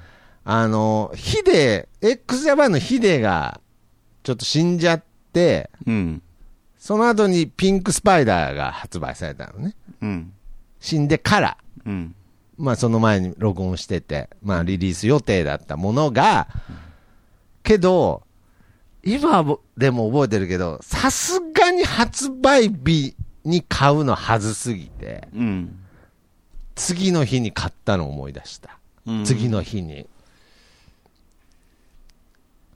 あの、ヒデ、x ジャパンのヒデが、ちょっと死んじゃって、
うん。
その後にピンクスパイダーが発売されたのね。
うん。
死んでから、
うん。
まあその前に録音してて、まあリリース予定だったものが、けど、今ぼでも覚えてるけど、さすがに発売日に買うのはずすぎて、
うん。
次の日に買ったのを思い出した。
うん
次。の日に。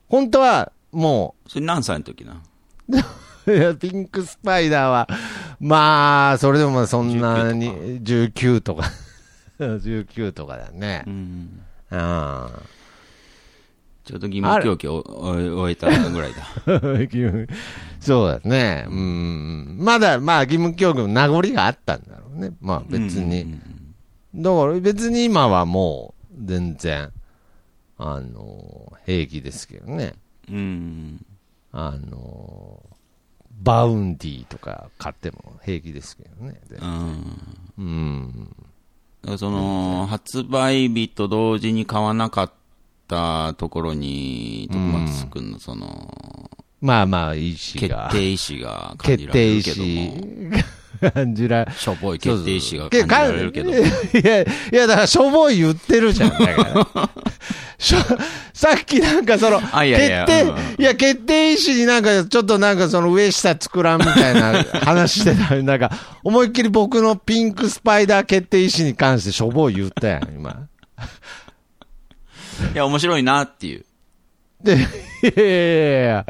本当は、も
それ何歳の時な
う、い やピンクスパイダーは、まあ、それでもまあそんなに、19とか、19とかだね
う。ん。
うん。
ちょっと疑問教育を終えたぐ らいだ。
そうだね。うん。まだ、まあ、義務教育の名残があったんだろうね。まあ、別に。
うん。
だから別に今はもう全然、あの、平気ですけどね。
うんうん。
あの、バウンディとか買っても平気ですけどね。で
うんうん
うん。
だからその、発売日と同時に買わなかったところに、徳松くんのその、
まあまあ、意思
決
が。
定意志が感
決
じられ
定
る
意
けども、
思。感じら
しょぼい決定意志が
け
感じられるけども、
いや、いや、だから、しょぼい言ってるじゃん。だ から。しょさっきなんかその、
あいやいや
決定、
うんうん
いや、決定意思になんか、ちょっとなんかその上下作らんみたい な話してたのになんか、思いっきり僕のピンクスパイダー決定意思に関してしょぼい言ったやん、今。
いや、面白いなっていう。
で、いやいやいやいや、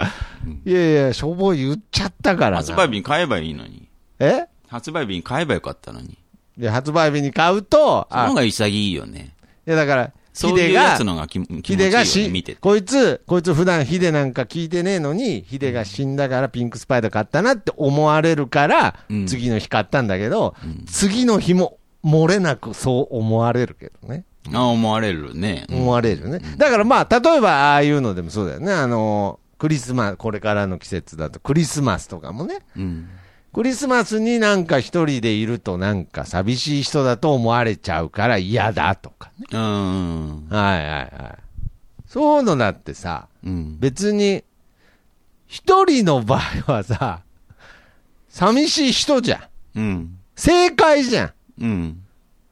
いやいや、しょぼい言っちゃったからな。
発売日に買えばいいのに。
え
発売日に買えばよかったのに。
で発売日に買うと、
その
あ
方、が潔いよね。
いやだから、
そ
ヒ
うい
デ
うや
が
つ、のが気気持
ヒ
ちいいよ
デが
ね、
し
見てて。
こいつ、こいつ普段ヒデなんか聞いてねえのに、ヒデが死んだからピンクスパイダー買ったなって思われるから、
うん
次の日買ったんだけど、次の日も漏れなくそう思われるけどね。
あ思われるね。
思われるね。だからまあ、例えばああいうのでもそうだよね。あの、クリスマス、これからの季節だとクリスマスとかもね。
うん。
クリスマスになんか一人でいるとなんか寂しい人だと思われちゃうから嫌だとかね。
うん。
はいはいはい。そういうのだってさ、
うん。
別に、一人の場合はさ、寂しい人じゃん。
うん。
正解じゃ
うん。
ん。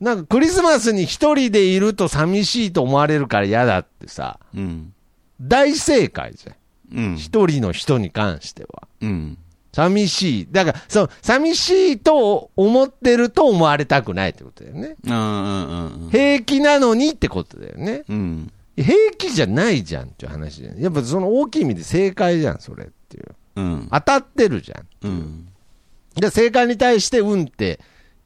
なんかクリスマスに一人でいると寂しいと思われるから嫌だってさ、
うん。
大正解じゃん。
うん。
一人の人に関しては。
うん。
寂しい。だから、その、寂しいと思ってると思われたくないってことだよね。
うんうんうん
平気なのにってことだよね。
うん。うん。
平気じゃないじゃんっていう話じゃん。やっぱその大きい意味で正解じゃん、それっていう。
うん。
当たってるじゃん。
うん。
で、正解に対して、うんって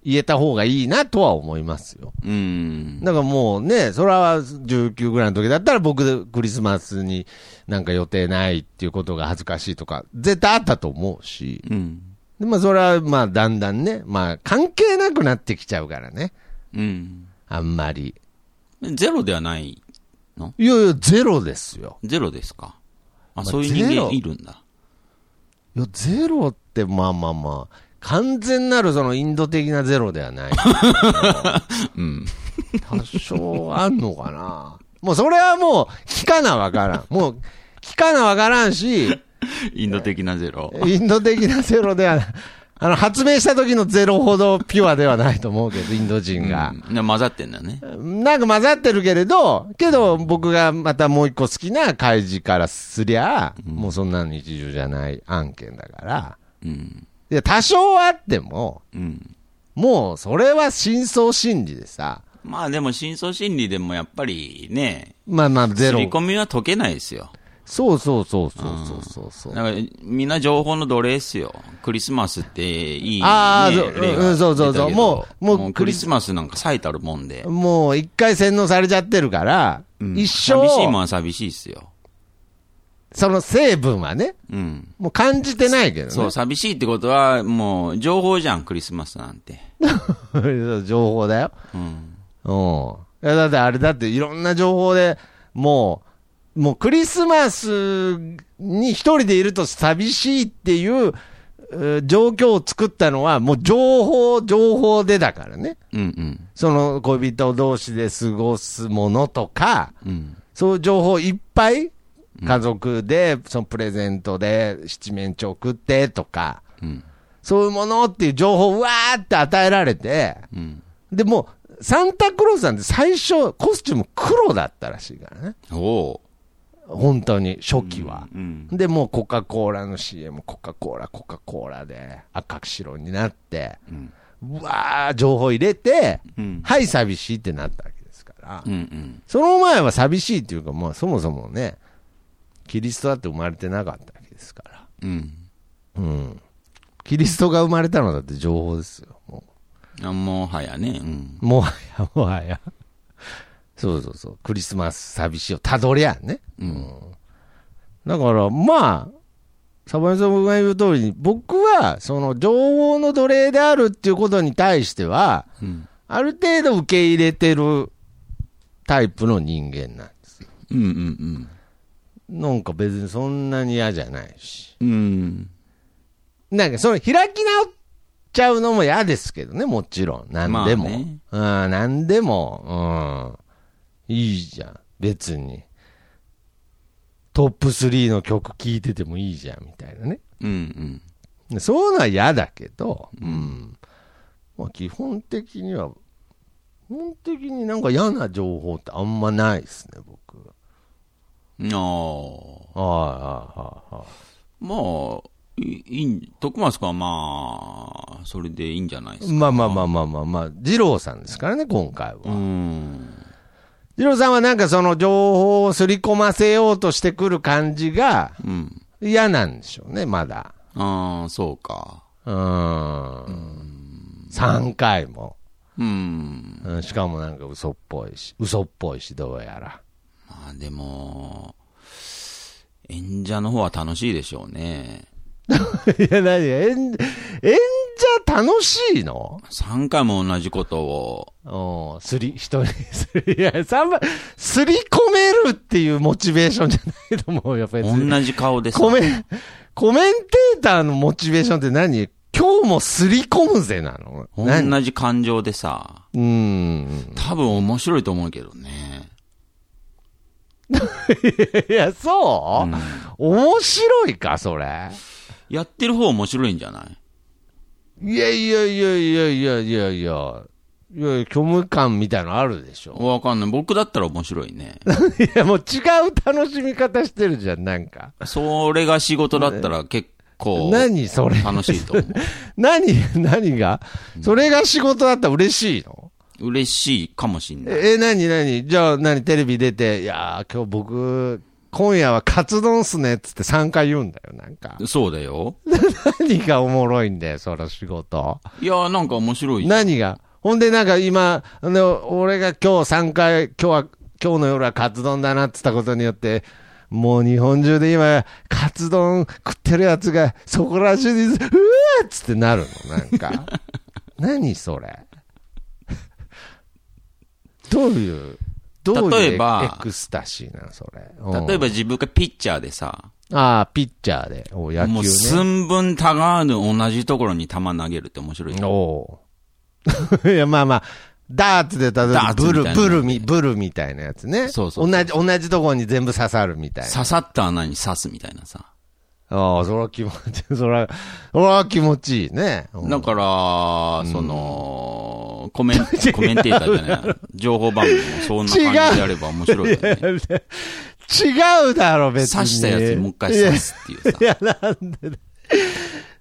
言えた方がいいなとは思いますよ。
うん。
だからもうね、それは19ぐらいの時だったら僕、クリスマスになんか予定ないっていうことが恥ずかしいとか、絶対あったと思うし。
うん。
で、まあそれはまあだんだんね、まあ関係なくなってきちゃうからね。
うん。
あんまり。
ゼロではない。
いやいや、ゼロですよ。
ゼロですか。あ、
あ
そういう人
ゼロ
間いるんだ。
いや、ゼロってまあまあまあ、完全なるそのインド的なゼロではない。
うん。
多少あんのかな。もうそれはもう、聞かなわからん。もう、聞かなわからんし、
インド的なゼロ。
インド的なゼロではない。あの、発明した時のゼロほどピュアではないと思うけど、インド人が。
うん、で混ざってんだね。
なんか混ざってるけれど、けど僕がまたもう一個好きな開示からすりゃ、もうそんなの日常じゃない案件だから、
うん。
いや、多少あっても、
うん。
もうそれは真相心理でさ、
まあでも、深層心理でもやっぱりね、
まあまあゼ
刷
ロ
り。込みは解けないですよ。
そうそうそうそうそうそうそう。
だから、みんな情報の奴隷っすよ。クリスマスっていい、ね。
あーそう
例が
うんそうそうそう
出たけど
もうもう
もうクリスマスなんか最たるもんで。
もう一回洗脳されちゃってるから、
うん
一生
寂、しいもんは寂しいっすよ。
その成分はね、
うん。
もう感じてないけどね。
そう、寂しいってことは、もう、情報じゃん、クリスマスなんて。
情報だよ。
うん。
うん。いや、だってあれだっていろんな情報でもう、もうクリスマスに一人でいると寂しいっていうえー状況を作ったのはもう情報、情報でだからね。
うん
その恋人同士で過ごすものとか、
うん。うん。
そういう情報いっぱい家族で、そのプレゼントで七面鳥食ってとか、
うん。
そういうものっていう情報をわーって与えられて、
うん。
でもう、サンタクロースなんて最初、コスチューム黒だったらしいからね。
おう。
本当に、初期は。
うん。
で、もうコカ・コーラの CM、コカ・コーラ、コカ・コーラで赤白になって、
うん。
うわー、情報入れて、
うん。
はい、寂しいってなったわけですから。
うんうん。
その前は寂しいっていうか、まあそもそもね、キリストだって生まれてなかったわけですから。
うん。
うん。キリストが生まれたのだって情報ですよ。もう
あもはやね。うん。
もはや、もはや。そうそうそう。クリスマス寂しいをたどりゃね。
うん
だから、まあ、サバネさんが言う通りに、僕は、その、情報の奴隷であるっていうことに対しては、
うん。
ある程度受け入れてるタイプの人間なんです。
うんうん
なんか別にそんなに嫌じゃないし。
うん。うん。
なんか、その、開き直っちゃうのも嫌ですけどね、もちろん。何でも。
まあね
うん、何でも、うん。いいじゃん、別に。トップ3の曲聴いててもいいじゃん、みたいなね。
うんうん。
でそういうのは嫌だけど、うん。まあ、基本的には、基本的になんか嫌な情報ってあんまないですね、僕。はいはい
ああ。
はいはい。
まあ、いいいん、徳松君はまあ、それでいいんじゃないですか。
まあまあまあまあまあまあ、二郎さんですからね、今回は。
うん。
二郎さんはなんかその情報をすり込ませようとしてくる感じが
うん。
嫌なんでしょうね、まだ。
ああ、そうか。
うーん。3回も。
うん。
うんしかもなんか嘘っぽいし、嘘っぽいし、どうやら。
まあでも、演者の方は楽しいでしょうね。
いや、何演、演者楽しいの
3回も同じことを、
うん、すり、人に すり、いや、三番、すり込めるっていうモチベーションじゃないと思うよ、別に。
同じ顔でさ
コメン、コメンテーターのモチベーションって何今日もすり込むぜなの何う
同じ感情でさ、
ーん。
多分面白いと思うけどね。
いや、そう、面白いか、それ。
やってる方面白いんじゃない
いやいやいやいやいやいやいや。いやいや虚無感みたいのあるでしょ。
わかんない。僕だったら面白いね。
いや、もう違う楽しみ方してるじゃん、なんか。
それが仕事だったら結 構、
何それ
楽しいと思
何、何がそれが仕事だったら嬉しいの
う。嬉しいかもしんない。
え、え何、何じゃあ何、テレビ出て、いやー、今日僕、今夜はカツ丼っすねっつって3回言うんだよ、なんか。
そうだよ。
何がおもろいんだよ、その仕事。
いやー、なんか面白い。
何がほんでなんか今、あの、俺が今日3回、今日は、今日の夜はカツ丼だなって言ったことによって、もう日本中で今、カツ丼食ってるやつが、そこら中に、うわーっつってなるの、なん か。何それ。どういう、どういう
例えば
エクスタシーなのそれ。うん
例えば自分がピッチャーでさ、
ああ、ピッチャーで、お野
もう
球ね。
寸分たがわぬ同じところに球投げるって面白い。
おう いや、まあまあ、ダーツで例え
ダ
ば
ーツ
ブル、
みたいな
ブルみ、ブルみたいなやつね。
そうそうそう
同じ、同じところに全部刺さるみたいな。
刺さった穴に刺すみたいなさ。
ああ、それは気持ちいい。そ れは、それは気持ちいいね。うん
だから、その、コ メン、コメンテーターじゃない、情報番組もそんな感じであれば面白 いよね。
違うだろ、別に。
刺したやつにもう一回刺すっていうさ。
いや、なんでだ。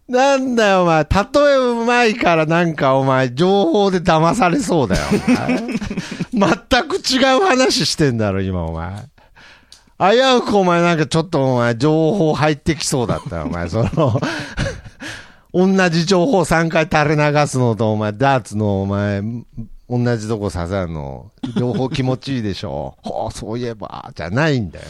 なんだよ、お前。例えうまいから、なんか、お前、情報で騙されそうだよ、お前全く違う話してんだろ、今、お前。危うく、お前、なんか、ちょっと、お前、情報入ってきそうだったよ、お前、その、同じ情報3回垂れ流すのと、お前、ダーツの、お前、同じとこ刺さるの、両方気持ちいいでしょ。 ほう、そういえば、じゃないんだよ。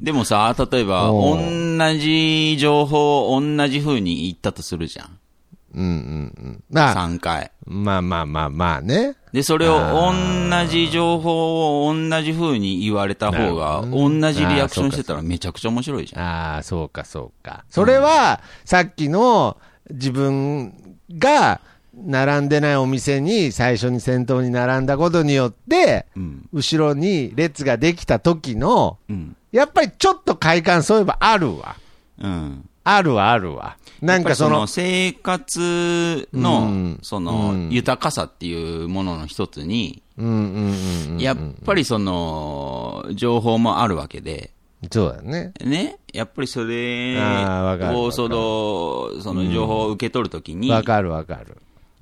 でもさ、例えば、
お
同
う
じ情報を同じ風に言ったとするじゃん。
うんうんうん。なあ
3回。
まあまあまあまあね。
で、それを同じ情報を同じ風に言われた方が、同じリアクションしてたらめちゃくちゃ面白いじゃん。
ああ、そうかそうか。それは、さっきの自分が並んでないお店に最初に先頭に並んだことによって、
うん。
後ろに列ができた時の、
うん。
やっぱりちょっと快感、そういえばあるわ。
うん。
あるわ、あるわ。なんかそ
や
の
っぱり、生活
う
の
ん、
そうの
ん、
豊かさっていうものの一つに、
うんうんうんうん。
やっぱりその、情報もあるわけで、
そうだね。
ね、やっぱりそれ
あーわかるわかる
を、その、その情報を受け取るときに、
わかるわかる。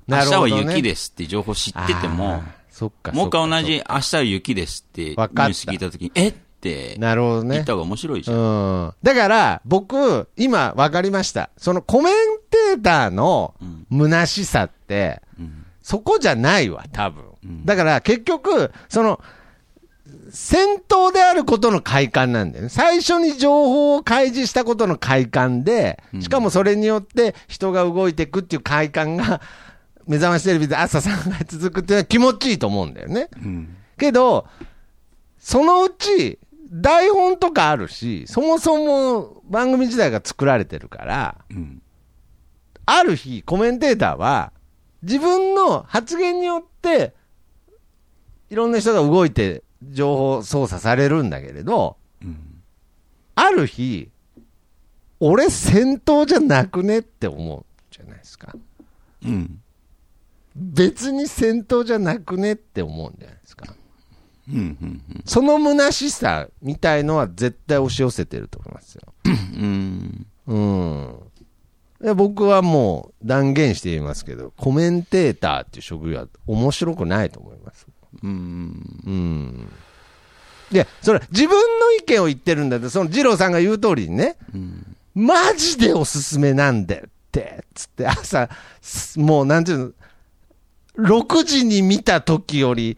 明
なる
日
ほど
は
ね。
雪ですって情報知ってても
あ、ー、そっか。
もう
そ
一回
っ
同
か
じ明日は雪ですってニュ
わかった
ース聞いたときに、えって
なるほどね。
言った方が面白いじゃん。
うん。だから、僕、今、わかりました。そのコメンテーターの
ん
虚しさって、
うん
そこじゃないわ、多分。
ん
だから、結局、その、先頭であることの快感なんだよね。最初に情報を開示したことの快感で、しかもそれによって人が動いていくっていう快感が、目覚ましテレビで朝3回続くっていうのは気持ちいいと思うんだよね。
うん
けど、そのうち、台本とかあるし、そもそも番組自体が作られてるから、
うん
ある日、コメンテーターは、自分の発言によって、いろんな人が動いて、情報操作されるんだけれど、
うん
ある日、俺先頭じゃなくねって思うじゃないですか。
うん
別に先頭じゃなくねって思うんじゃないですか。
うんうん
その虚しさみたいのは絶対押し寄せてると思いますよ。
うん
うん。で僕はもう断言して言いますけど、コメンテーターっていう職業は面白くないと思います。
うん
うん。で、それ、自分の意見を言ってるんだって、その二郎さんが言う通りにね、
うん
マジでおすすめなんだよって、つって朝、すもうなんていうの、6時に見た時より、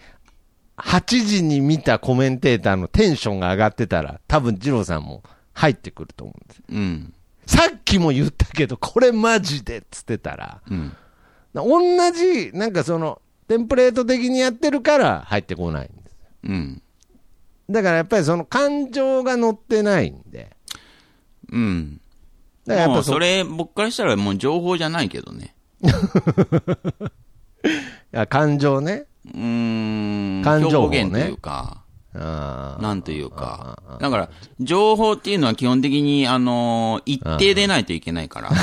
8時に見たコメンテーターのテンションが上がってたら、多分二郎さんも入ってくると思うんですよ。
うん
さっきも言ったけど、これマジでっつってたら、
うん
な同じ、なんかその、テンプレート的にやってるから入ってこないんです。
うん
だからやっぱりその感情が乗ってないんで。
うん
だからやっ
も
ぱ
うそれ、僕からしたらもう情報じゃないけどね。
あ感情ね。
うーん。
感情
表
をね
現というか、
あー
なんというか。だから、情報っていうのは基本的に、あのー一定でないといけない から、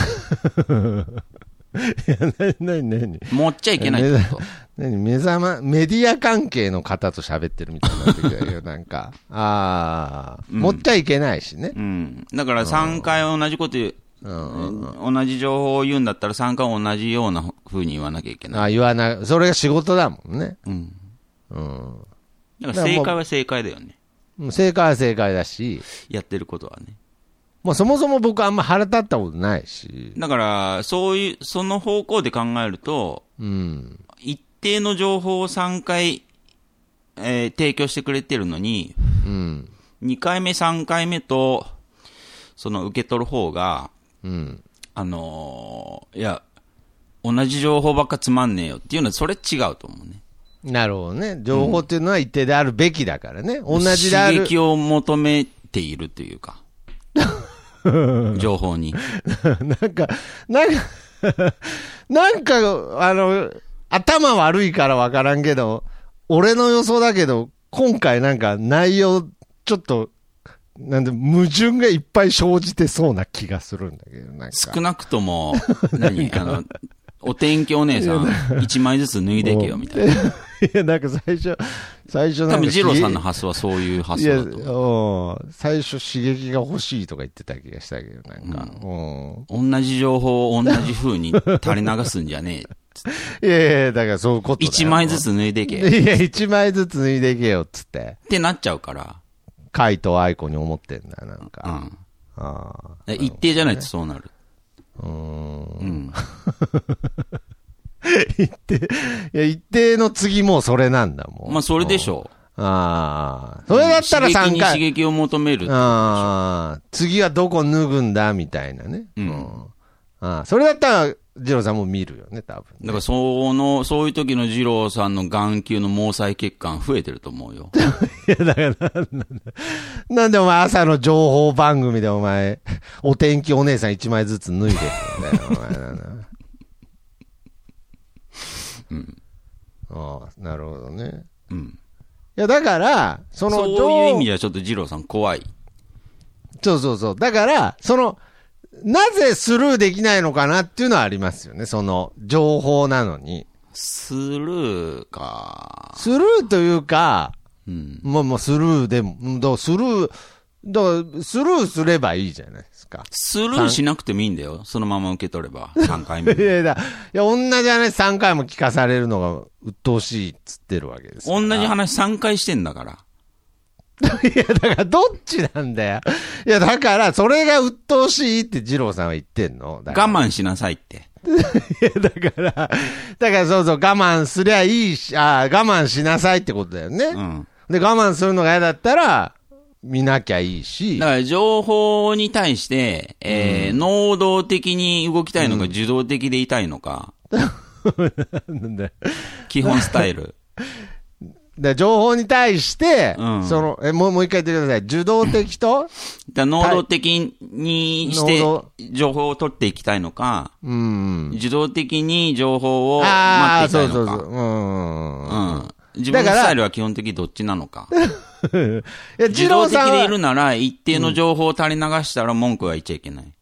なになに
持っちゃいけないってこと。
何目覚ま、メディア関係の方と喋ってるみたいになってきた よ、なんか。ああ、持っちゃいけないしね。
うん。だから3回同じこと
うんうん
同じ情報を言うんだったら3回同じような風に言わなきゃいけない。
ああ言わない。それが仕事だもんね。
うん。
うん。
だから正解は正解だよね。
もう正解は正解だし、
やってることはね。
もうそもそも僕あんま腹立ったことないし、
だから、そういう、その方向で考えると、
うん。
一定の情報を3回、えー提供してくれてるのに、
うん。
2回目、3回目と、その受け取る方が、
うん。
あのーいや、同じ情報ばっかつまんねえよっていうのは、それ違うと思うね。
なるほどね。情報っていうのは一定であるべきだからね。同じであ
刺
る。
激を求めているとい うか、情報に。
なんか、なんか、なんか、あの、頭悪いからわからんけど、俺の予想だけど、今回なんか内容、ちょっと、なんで、矛盾がいっぱい生じてそうな気がするんだけど、なんか。
少なくとも、 何あの、お天気お姉さん、1枚ずつ脱いでけよみたいな。
いや、なんか最初、最初なんか
多分、ジローさんの発想はそういう発
いや、
想だと思う。
うん。最初刺激が欲しいとか言ってた気がしたけど、なんか。うん。
同じ情報を同じ風に垂れ流すんじゃねえ。
いやいや、だからそういうことだよ。
1枚ずつ脱いでけ。っ
いや、一枚ずつ脱いでいけよ、つって。
てなっちゃうから。
カイト愛子に思ってんだ、なん
う
か。
ん。
あ
一定じゃないとそうなる。
あ。うー。
うんん。
一定、いや、一定の次もうそれなんだ、もう。
まあ、それでしょう。
うん。ああ。それだったら
うん刺
3
激に刺
回。
激を求める。
ああ。次はどこ脱ぐんだ、みたいなね。
うん
ああ。それだったら、ジローさんも見るよね、多分ね。
だ から、その、そういう時の二郎さんの眼球の毛細血管増えてると思 うよ。
なんでお前朝の情報番組でお前、お天気お姉さん一枚ずつ脱いでるんだよ、お前 なんだ。うん。ああ、なるほどね。
うん。
いや、だから、その
そういう意味ではちょっと二郎さん怖い。
そうそうそう。だから、その、なぜスルーできないのかなっていうのはありますよね。その、情報なのに。
スルーか。
スルーというか、
うん。
もう、もうスルーでも、うんだからスルー、だからスルーすればいいじゃないですか。
スルーしなくてもいいんだよ。そのまま受け取れば。3回目
い。やいや、いや、同じ話3回も聞かされるのが鬱陶しいっつってるわけですよ。
同じ話3回してんだから。
いや、だからどっちなんだよ。いや、だから、それが鬱陶しいって二郎さんは言ってんの。だから
我慢しなさいって。
だから、だからそうそう、我慢すりゃいいし、ああ、我慢しなさいってことだよね。
うん。
で、我慢するのが嫌だったら、見なきゃいいし
だ、から情報に対して、えー能動的に動きたいのか、受動的でいたいのか、
なんだよ
基本スタ イル。
で情報に対して、
うん
その、え、もう、もう一回言ってください。受動的と、
だから能動的にして
能動、
情報を取っていきたいのか、
うん。
受動的に情報を
あ
待
あ、
っ
そう
ていきた
そ
いうの
そ
か。
う。うん。
うん。自分の
だから
スタイルは基本的にどっちなのか。
いや、
自
二
動
郎
的
さん
でい
は
る、なら、一定の情報を垂れ流したら文句は言っちゃいけない。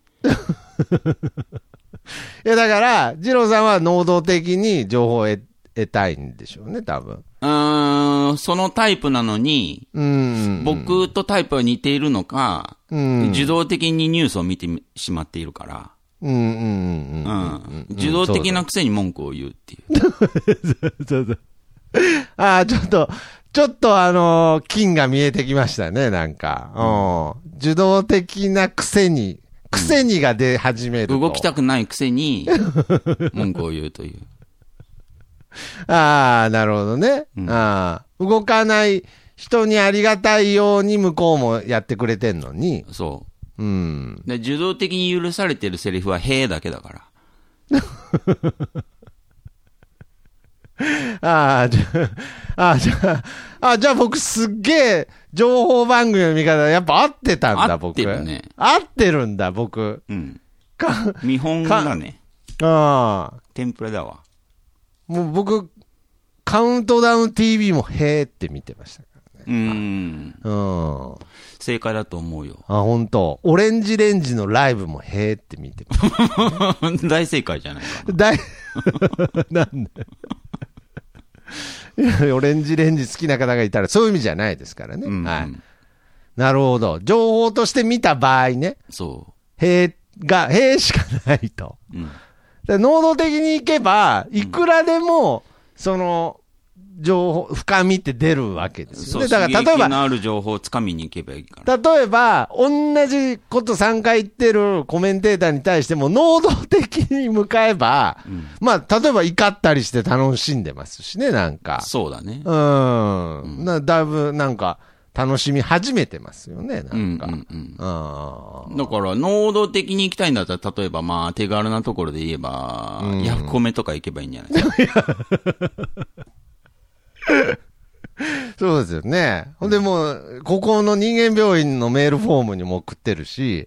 いや、だから、二郎さんは能動的に情報を得得たいんでしょうね、多分。
うーん、そのタイプなのに、
うん。
僕とタイプは似ているのか、
うん。
受動的にニュースを見てしまっているから、
うんうんうん
う
うん。
ん。受動的なくせに文句を言うっていう。
ああ、ちょっと、ちょっとあのー金が見えてきましたね、なんか。うん。受動的なくせに、くせにが出始めると。
動きたくないく せに、文句を言うという。
ああ、なるほどね。
うん
ああ。動かない人にありがたいように向こうもやってくれてんのに。
そう。
うん。
で受動的に許されてるセリフは、へえだけだから。
ああ、じゃあ、あじゃあ、あじゃあ僕すっげえ情報番組の見方、やっぱ合ってたんだ、僕。
合ってるね
合ってるんだ、僕。
うん。
か、
見本だね。
ああ。
天ぷらだわ。
もう僕、カウントダウン TV もへーって見てましたか
うーん。
ら。うん。あ、。
正解だと思うよ
本当オレンジレンジのライブもへーって見てました。
大正解じゃないか。
だい、 なん でいやオレンジレンジ好きな方がいたら、そういう意味じゃないですからね。
うん。
はい。なるほど。情報として見た場合ね、
そ
へーが塀しかないと。
うん。
で能動的に行けば、いくらでも、その、情報、深みって出るわけです
そ
よね。
う、だ
だか
か
ら
ら
例
例
え
えば。
ば、
のある情報をつかみに行けばいいから。
例えば、同じこと3回言ってるコメンテーターに対しても、能動的に向かえば、
うん
まあ、例えば怒ったりして楽しんでますしね、なんか。
そうだね。
うん。なだいぶ、なんか、楽しみ始めてますよね、な
うん
ん
う
か。
んうん。
あー
だから、能動的に行きたいんだったら、例えば、まあ、手軽なところで言えば、ヤフコメとか行けばいいんじゃないですか。
そうですよね。ほんでもう、ここの人間病院のメールフォームにも送ってるし、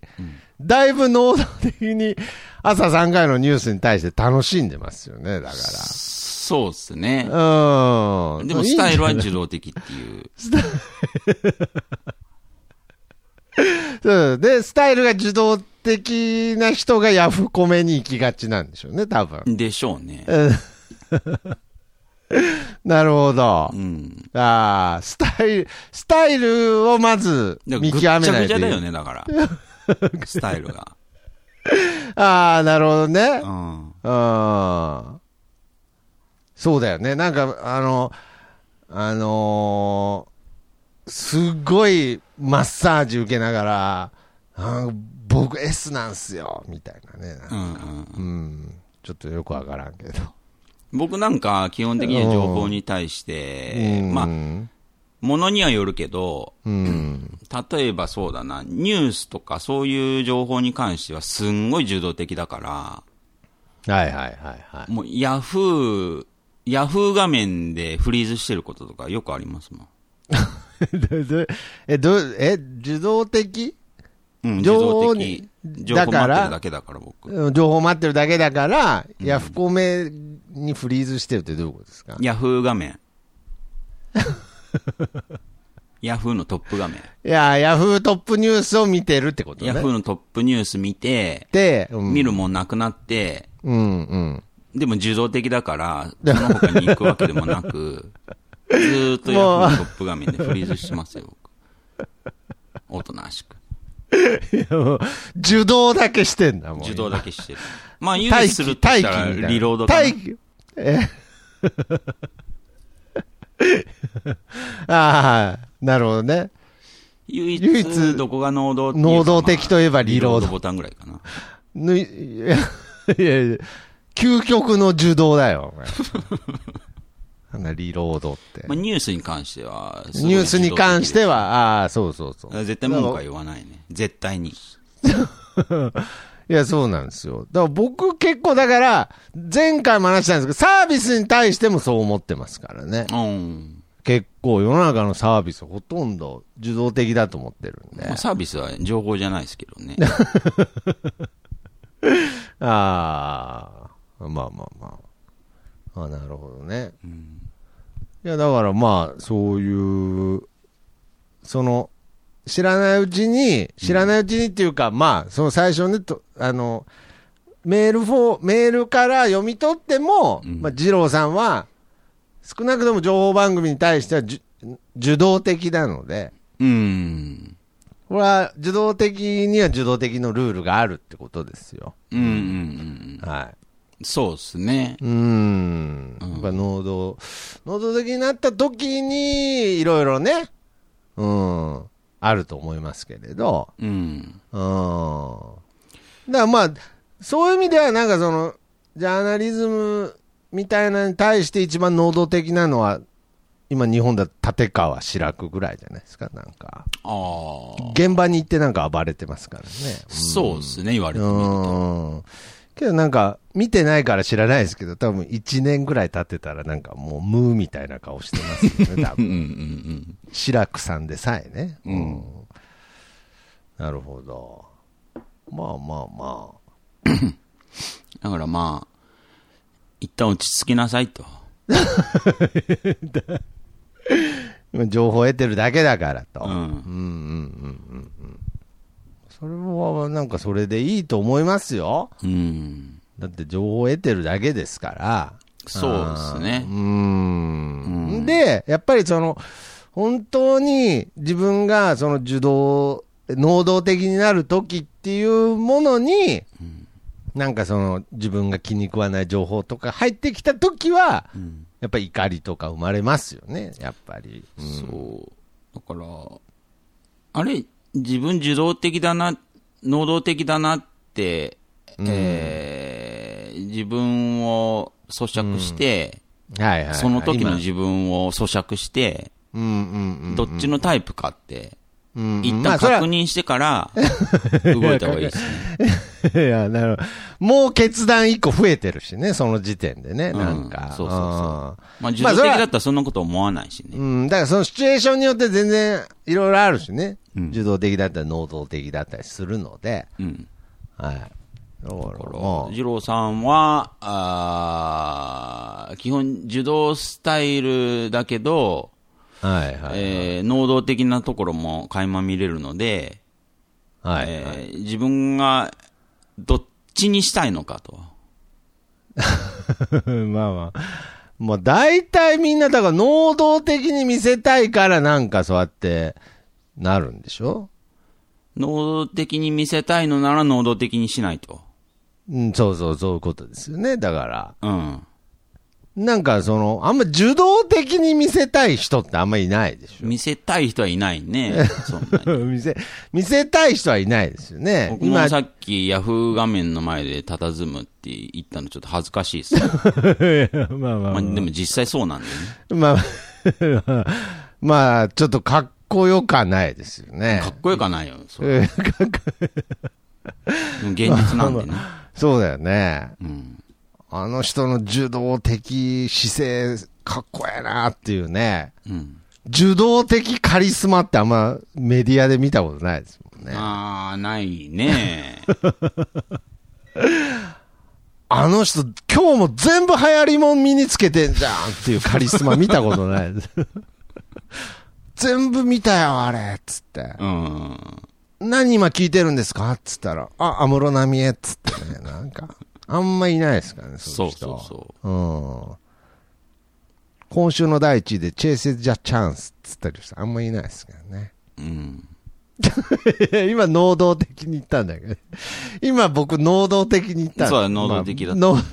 だいぶ能動的に朝3回のニュースに対して楽しんでますよね、だか
そうですね。
ら。うん。
でも、スタイル
い
はい
んじ
受動的っていう。
ゃないうんで、スタイルが受動的な人がヤフコメに行きがちなんでしょうね、多分。
でしょうね。
なるほど。
うん。
ああ、スタイル、スタイルをまず
だか
見
ら
極めない
ぐっちゃぐち
と
ゃ
いけな
だ
い
よね、だから。スタイルが。
ああ、なるほどね。
う
あ
ん。
あ。そうだよね。なんか、あの、あのーすごいマッサージ受けながら、あー僕 S なんすよ、みたいなね。
うんうん。
うん。ちょっとよくわからんけど。
僕なんか、基本的には情報に対して、
うん
まあ、ものにはよるけど、
うん。
例えばそうだな、ニュースとかそういう情報に関してはすんごい受動的だか
はいはいはい は
ら、もうヤフー、ヤフー画面でフリーズしてることとかよくありますもん。
い。どどえ、ど、え、受動的
うん、自
情
動
報
的
に。
情
だ
報
か
待
ら
ってるだけだから僕。
うん情報待ってるだけだから、ヤフコメにフリーズしてるってどういうことですか
ヤフー画面。 ヤフーのトップ画面。
いや、ヤフートップニュースを見てるってことね。
ヤフーのトップニュース見て、
で、うん
見るもんなくなって、
うんうん。
でも受動的だから、その他に行くわけでもなく、ずーっとヤフーのトップ画面でフリーズしてますよ、僕。おとなしく。
受動だけしてんだもん。
受動だけし てる。まあ、
今
有
待
利
機
するとしたら、
待機みたいな
リロードかな
待機。え ああ、なるほどね。
唯一、
唯一
どこが能動っていうか
能動的といえばリロード
リボタンぐらいかな。
ぬい、 いやいやいや、究極の受動だよ、 お前なんだ、リロードって
まあ、。ニュースに関しては、すごい
ニュースに関しては、ああー、そうそうそ
受動
う
的。です。絶対文句は言わないね。絶対に。
いや、そうなんですよ。だから僕結構だから、前回も話したんですけど、サービスに対してもそう思ってますからね。
うん。
結構世の中のサービスほとんど受動的だと思ってるんで。
まあ、サービスは情報じゃないですけど ね。
ああ、まあまあまあ。あなるほどね。いや、だからまあ、そういう、その、知らないうちに、知らないうちにっていうか、まあ、その最初ね、とあの、メールフォー、メールから読み取っても、
うん
まあ、二郎さんは、少なくとも情報番組に対してはじゅ、受動的なので、
うん。
これは受動的には受動的のルールがあるってことですよ。
うんうんうんうん。
はい。
そうですね。
うーん。
うん
やっぱ能動、能動的になった時に、いろいろね、うん、あると思いますけれど、
うん。
うん。だからまあ、そういう意味では、なんかその、ジャーナリズムみたいなのに対して一番能動的なのは、今日本だと立川志らくぐらいじゃないですか、なんか。
ああ。
現場に行ってなんか暴れてますからね。
そうですね、言われてみると。
うん。けどなんか、見てないから知らないですけど、多分1年ぐらい経ってたらなんかもう無みたいな顔してますよ ね、多
うん
分。
うんうん
白くさんでさえね。
うん
なるほど。まあまあまあ。
だからまあ、一旦落ち着きなさいと。
今情報を得てるだけだからと。う
う
ん
ん。
うんうんうんうん。それはなんかそれでいいと思いますよ。
うん。
だって情報を得てるだけですから。
そうです
う
ね。
ーんで、やっぱりその、本当に自分がその受動、能動的になる時っっていうものに、
うん
なんかその自分が気に食わない情報とか入ってきたときは、
うん
やっぱり怒りとか生まれますよね、やっぱり。うん
そう。だから、あれ、自分受動的だな、能動的だなって、えー自分を咀嚼して、
はいはいはい。
その時の
今
自分を咀嚼して、
うんうん うん。
どっちのタイプかって、
うんうん
一
まあ
旦
それは
確認して から、動いた方がいいですね。
いや、なるほど。もう決断一個増えてるしね、その時点でね、
うん
なんか。
そうそうそうまあ、受
まあ
動
そ
的
れは
だったらそんなこと思わないしね。
うん、だからそのシチュエーションによって全然いろいろあるしね、受動的だったり能動的だったりするので、
うん。
はい。だからもう
二郎さんは、あー基本、受動スタイルだけど、
はいはい。
えー能動的なところも垣間見れるので、
はい
え
はい。
ー自分がどっちにしたいのかと。
まあまあ。もう大体みんな、だから能動的に見せたいからなんかそうやってなるんでしょ
能動的に見せたいのなら能動的にしないと。
うん、そうそう、そういうことですよね。だから。
うん。
なんかその、あんま受動的に見せたい人ってあんまいないでしょ。
見せたい人はいない ね。そんなに
見せ、見せたい人はい ないですよね。
僕もさっきヤフー画面の前で佇むって言ったのちょっと恥ずかし いです。
今まあまあ
まあ、でも実際そうなんだよね。
まあ、 まあ、ちょっとかっこよかないですよね
か。っこよくはないよ。それでも現実なんでね。
そうだよね。
うん。
あの人の受動的姿勢、かっこええなっていうね。
うん。
受動的カリスマってあんまメディアで見たことないですもんね。
ああ、な いね。
あの人、今日も全部流行りもん身につけてんじゃんっていうカリスマ見たことない です。全部見たよ、あれっつって。
うん。
何今聞いてるんですかっつったら、あ、安室奈美恵っつってね、なんか、あんまいないですからね、そう
そ
いう
う
人。
そうそう。
うん。今週の第一位で、チェイス・ジャ・チャンスっつったりして、あんまいないですから ね。
うん。
今、能動的に言ったんだけど、今僕、能動的に言ったん
そうだ能動的だった
まあの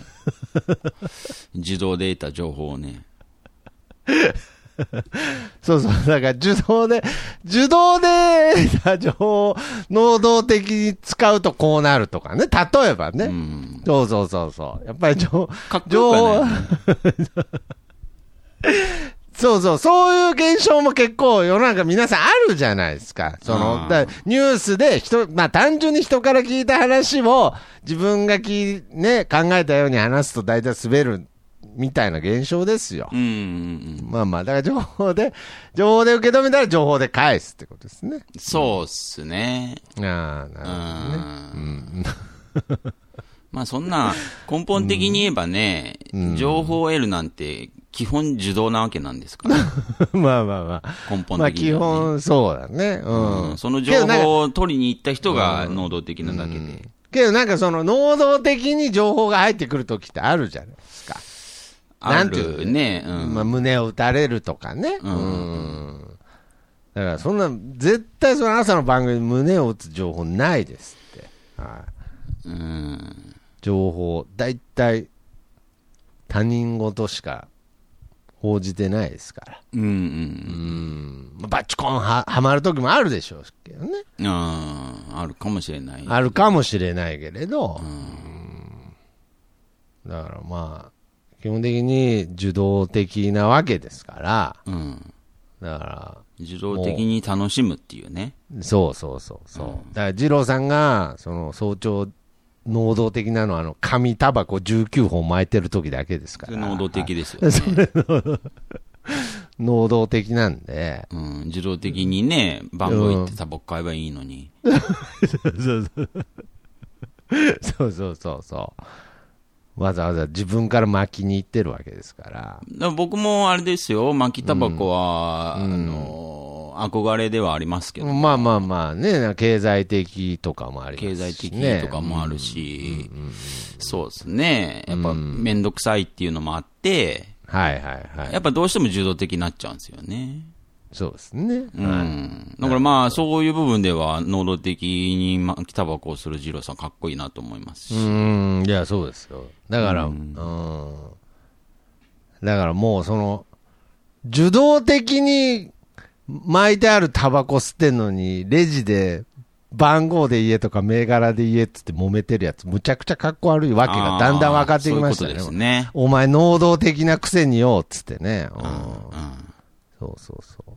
自動で得た情報をね。
そうそう、だから受動で、受動で 得た情報を能動的に使うとこうなるとかね、例えばね。
うん。
そうそうそうそう。やっぱり情
かっこよくはない、ね。
そうそう、そういう現象も結構世の中皆さんあるじゃないですか。そ
あ
の、
ー
だニュースで人、まあ単純に人から聞いた話を自分がき、ね、考えたように話すと大体滑るみたいな現象ですよ
う。んうんうん。
まあまあ、だから情報で、情報で受け止めたら情報で返すってことですね。
そうっすね。
ああ、な
う
るほどね。
ん。まあそんな、根本的に言えばね、情報を得るなんて、基本受動なわけなんですから。
まあまあまあ。
根本
まあ
的に
基
はね。
本そうだね。うん。
その
け
情
どなんか
報を取りに行った人が能動的なだけで。
けどなんかその能動的に情報が入ってくるときってあるじゃないですか。
あ
なんていうの
るね。うん。
まあ、胸を打たれるとかね。うん。だからそんな、絶対その朝の番組で胸を打つ情報ないですって。はい。
うん。
情報、大体、他人事しか報じてないですから。
うんうん。
まあバチコンははまる時もあるでしょうけどね。
うん。あるかもしれない。
あるかもしれないけれど、うんだからまあ、基本的に受動的なわけですから、
うん。
だか
自動的に楽しむっていうね。
ら、そうそうそうそう。だから、二郎さんが、その、早朝、能動的なのは、あの、紙タバコ19本巻いてる時だけですか
それ
ら。
能動
はい
的ですよね。
能動的なんで、
うん。自動的にね、番号行ってタバコ買えばいいのに。
そうそうそうそう。わざわざ自分から巻きに行ってるわけですから。
だから僕もあれですよ、巻きタバコは、あのー、憧れではありますけど、
まあまあまあね、経済的とかもありま
経
す
済
し、
的
ね。
とかもあるし、そうですね。やっぱ、めんどくさいっていうのもあって、
はいはいはい。
やっぱどうしても受動的になっちゃうんですよね。
そうですね。
う
はい
ん。だからまあ、そういう部分では、能動的にまきタバコをする二郎さん、かっこいいなと思いますし。
うーん、いや、そうですよ。だから、うん。だからもう、その、受動的に巻いてあるタバコ吸ってんのに、レジで、番号で言えとか銘柄で言えっつって揉めてるやつ、むちゃくちゃかっこ悪いわけがだんだん分かってきました
あ
ね。
ーそういうことですね。
お前、能動的なくせによ、っつってね。うんそうそうそう。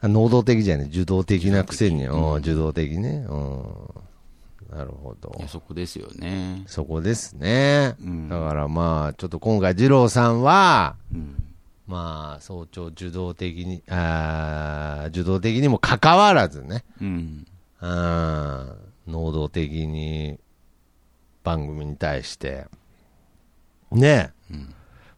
あ能動的じゃない、受動的なくせに、うん受動的ね。うん。なるほど
い。やそこですよね。
そこですね。だからまあ、ちょっと今回、二郎さんは、まあ、早朝受動的に、あー受動的にもかかわらずね、
うん。
うん能動的に番組に対して、ね、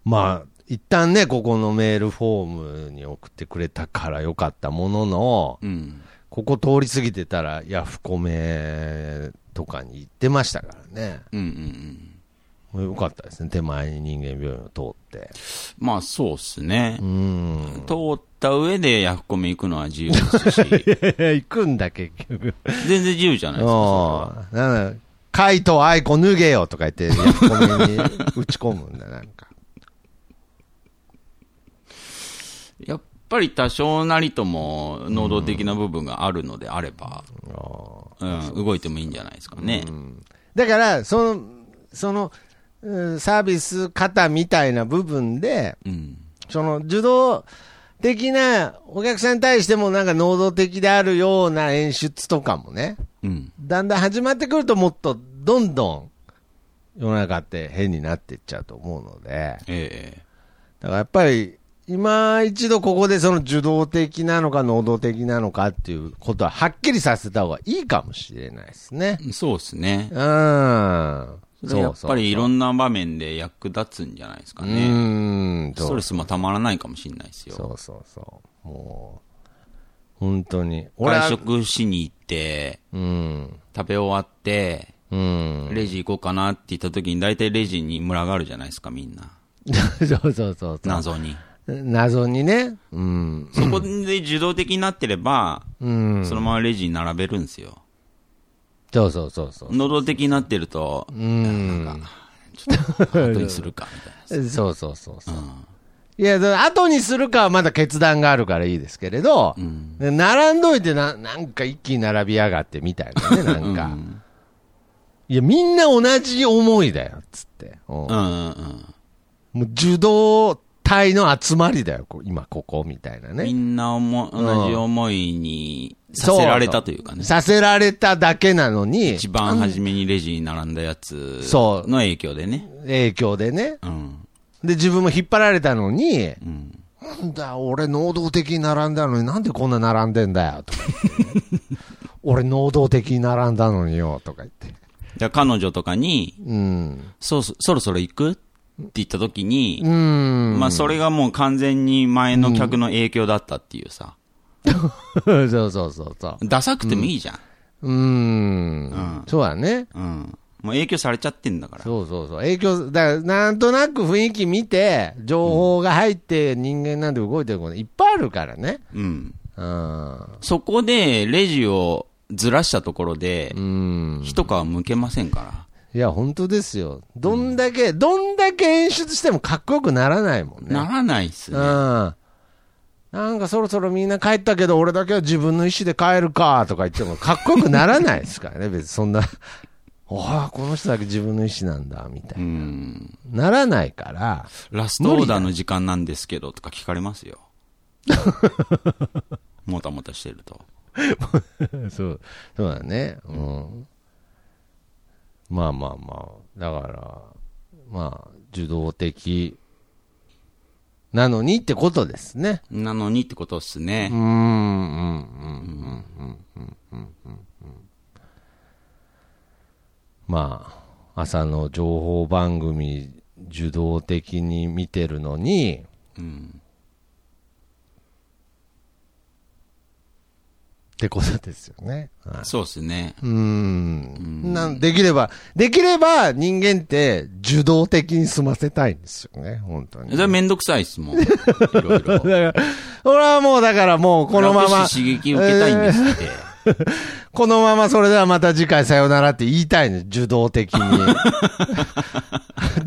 まあ、一旦ね、ここのメールフォームに送ってくれたからよかったものの、
うん。
ここ通り過ぎてたら、ヤフコメとかに行ってましたからね。
うんうんうん。
よかったですね、手前に人間病院を通って。
まあ、そうっすね
う。 ん。
通った上でヤフコメ行くのは自由です し、
行くんだ、結局。
全然自由じゃないですか。そ
うん。なんだ、カイト愛子脱げよとか言って、ヤフコメに打ち込むんだ、なんか。
れはやっぱり多少なりとも能動的な部分があるのであれば、うん、動いてもいいんじゃないですかね。
だから、その、その、うんサービス方みたいな部分で、
うん。
その受動的なお客さんに対してもなんか能動的であるような演出とかもね、
うん。
だんだん始まってくるともっとどんどん世の中って変になっていっちゃうと思うので、
ええ
だからやっぱり今一度ここでその受動的なのか能動的なのかっていうことははっきりさせた方がいいかもしれないですね。
そうですね
う。ん。
それやっぱりいろ
ん
んな場面で役立つんじゃないですか
う
ね。
ん。
ス
そ
ト
う
レスもたまらないかもしれないですよ。
そうそうそう。もう、本当に。俺
外
は、
食しに行って、
うん。
食べ終わって、
うん。
レジ行こうかなって言った時に大体レジに群がるじゃないですか、みんな。
そうそうそうそう。
謎に。
謎にね。うん。
そこで受動的になってれば、
うん。
そのままレジに並べるんですよ。
そうそうそうそう。
能動的になってると、
うん。
後にするか、みたいな。
そうそうそうそう。いや、だ後にするかはまだ決断があるからいいですけれど、で並んどいてな、なんか一気に並びやがってみたいなね、なんか。いや、みんな同じ思いだよ、つって。うん
うんうんうん。
もう受動体の集まりだよ、こう今ここ、みたいな
み
ね。
んなおも同じ思いにさせられたというかね。
させられただけなのに、
一番初めにレジに並んだやつ
そう
の影響でね。
影響でね。
うん。
で、自分も引っ張られたのに、
うん。
なんだ、俺、能動的に並んだのに、なんでこんな並んでんだよ、とか言って ね俺、能動的に並んだのによ、とか言って。
じゃあ彼女とかに、
うん。
そうそそろそろ行くって言った時に、
うん。
まあそれがもう完全に前の客の影響だったっていうさ。
そうそうそうそ
ダサくてもいいじゃん。
う。うん。そうだね。
うん。もう影響されちゃってんだから。
そうそうそう。影響、だからなんとなく雰囲気見て、情報が入って人間なんて動いてることいっぱいあるからね。
うん。
うん。
そこでレジをずらしたところで
う、ん。
一皮むけませんから。
いや、本当ですよ。どんだけ、どんだけ演出してもかっこよくならないもんね。
ならないっす
う
ね。
ん。なんかそろそろみんな帰ったけど、俺だけは自分の意思で帰るかとか言っても、かっこよくならないですからね、別にそんな、 ああ、この人だけ自分の意思なんだ、みた
う
い
ん。
な。ならないから、
ラストオーダーの時間なんですけどとか聞かれます よ。もたもたしてると。
そう、そうだね、うん。まあまあまあ、だから、まあ、受動的なのにってことですね。
なのにってことっす
うんうんうんうんうんうんうん
ね。
うんうんまあ、朝の情報番組、受動的に見てるのに、
うん。
ってことですよね。はい
そうですね。
うーんなんできれば、できれば人間って受動的に済ませたいんですよね、本当に。
それめんどくさいっすもん。いろいろ。
だから俺はもうだからもう このまま
楽、しい刺激受けたいんですって。
このままそれではまた次回さよならって言いたいの、受動的 に。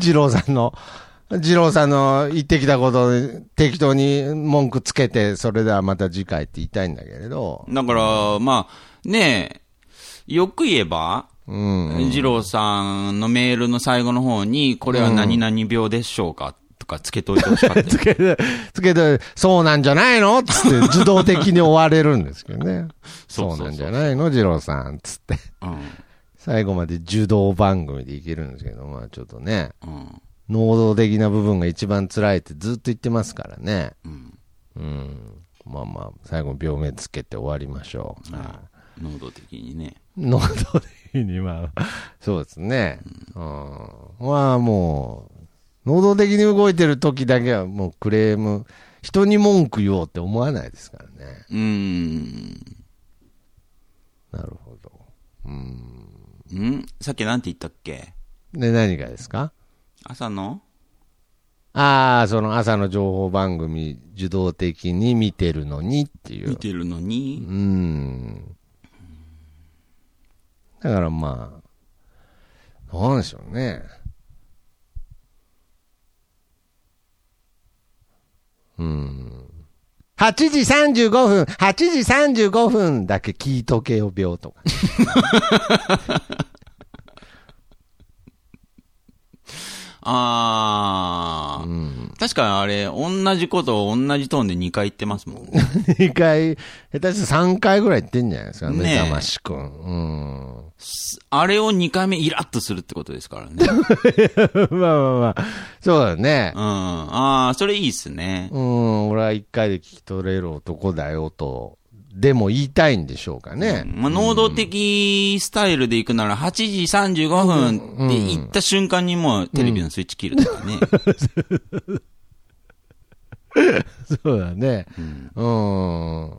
二郎さんの、二郎さんの言ってきたことを適当に文句つけて、それではまた次回って言いたいんだけれど。
だから、まあ、ねえ、よく言えば、
うん。
二郎さんのメールの最後の方に、これは何々病でしょうかとかつけといてほしかった。
つけて、つけて、そうなんじゃないのつって、自動的に終われるんですけどね。
そう
そ
そううそう
なんじゃないの二郎さん。つって。
うん。
最後まで受動番組でいけるんですけど、まあちょっとね、
うん。
能動的な部分が一番辛いってずっと言ってますからね。
うん。
うん。まあまあ、最後病名つけて終わりましょう。はい
能動的にね。
能動的に、まあ、そうですね。うん。まあもう、能動的に動いてる時だけはもうクレーム、人に文句言おうって思わないですからね。
うーん。
なるほど。
んさっきなんて言ったっけ
で、何がですか
朝の
ああ、その朝の情報番組、受動的に見てるのにってい
見
う。
てるの
う
に、
ん。だからまあ、なんでしょうね。うん。8時35分、8時35分だけ聞いとけよ、秒とか。
あー、確かあれ、同じことを同じトーンで2回言ってます もんね。
2回、下手したら3回ぐらい言ってんじゃないですか、
ねえ
目覚ましくん。うん。
あれを2回目イラッとするってことですからね。う ん。
まあまあまあ。そうだね。
あー、それいいっすね。
うん、俺は一回で聞き取れる男だよと、でも言いたいんでしょうかね。
まあ、能動的スタイルで行くなら、8時35分って言った瞬間にもうテレビのスイッチ切るとかね。
そうだね。うん。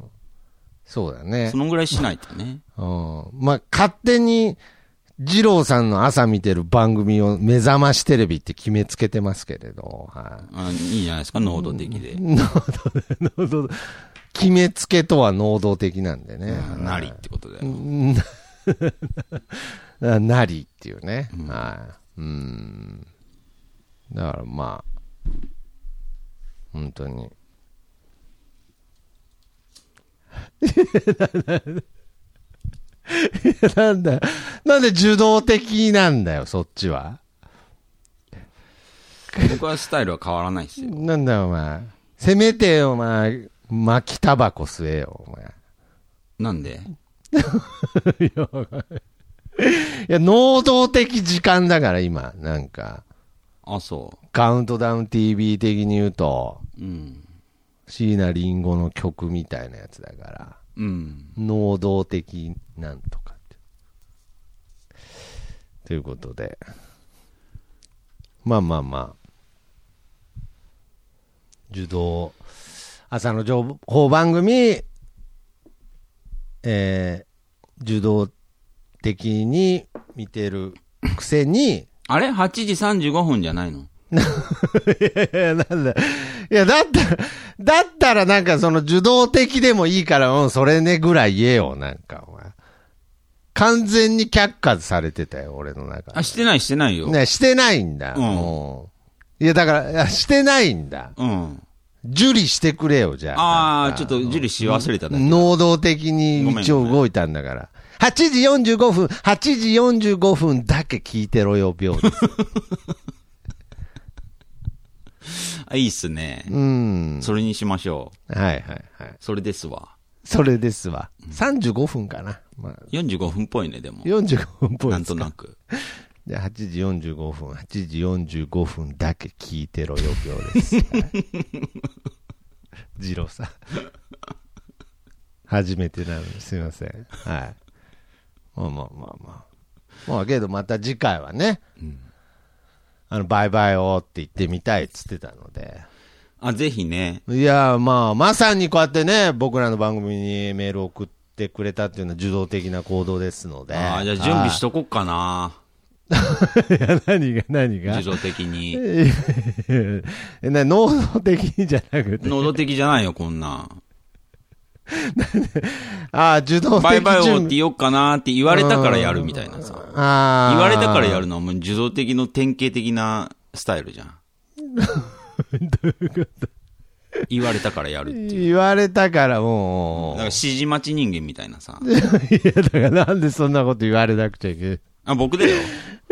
そうだね
そ。のぐらいしないとね。
うん。まあ、勝手に、二郎さんの朝見てる番組を目覚ましテレビって決めつけてますけれど、は
あいいじゃないですか、能動的で
い。。能 動能動決めつけとは能動的なんでね。
なりってことだよ。
な なりっていうね、はいうんだからまあ本当になんだなんで受動的なんだよそっちは
僕はスタイルは変わらないですよ。
なんだよお前せめてお前巻きタバコ吸えよお前
なんで
いや能動的時間だから今なんか
あ、そ
カウントダウン TV 的に言うと
う。うん。
椎名林檎の曲みたいなやつだから、
うん。
能動的なんとかって。ということで、まあまあまあ、受動、朝の情報番組、えー、受動的に見てるくせに、
あれ ?8 時35分じゃないの
いや、なんだ。いや、だったら、だったらなんかその受動的でもいいから、うん、それねぐらい言えよ、なんか、お前。完全に却下されてたよ、俺の中で
あ、してないしてないよ。
ね、してないんだ。
うん
もういや、だからいや、してないんだ。
うん。
受理してくれよ、じゃあ。
あ
なん
あ、
か
ちょっと受理し忘れたね。
能動的に
ごめん
一応動いたんだから。8時45分、8時45分だけ聞いてろよ、秒 です。
あ、いいっすね。
うん。
それにしましょう。
はいはいはい。
それですわ。
それですわ。35分かな。まあ、
45分っぽいね、でも。
45分っぽ
ないん
です
と
か。
なく。
じゃあ8時45分、8時45分だけ聞いてろよ、秒です。 はいジローさん。初めてなのにすいません。はい。まあまあまあまあ。まあけどまた次回はね、あの、バイバイをって言ってみたいっつってたので。
あ、ぜひね。
いやーまあ、まさにこうやってね、僕らの番組にメールを送っってくれたっていうのは受動的な行動ですので。
ああ、じゃあ準備しとこっかな。
いや、何が、何が
自。動的に。
え、な、能動的にじゃなくて。
能動的じゃないよ、こ んなん。
ああ、受動的
バイバイをっ
準
て
備。
言おうかなって言われたからやるみたいなさ。
ああ。
言われたからやるのはもう受動的の典型的なスタイルじゃ ん。言われたからやる。
言われたからもう
な
ん
か。指示待ち人間みたいなさ。
いや、だからなんでそんなこと言われなくちゃいけない。
あ僕だよ。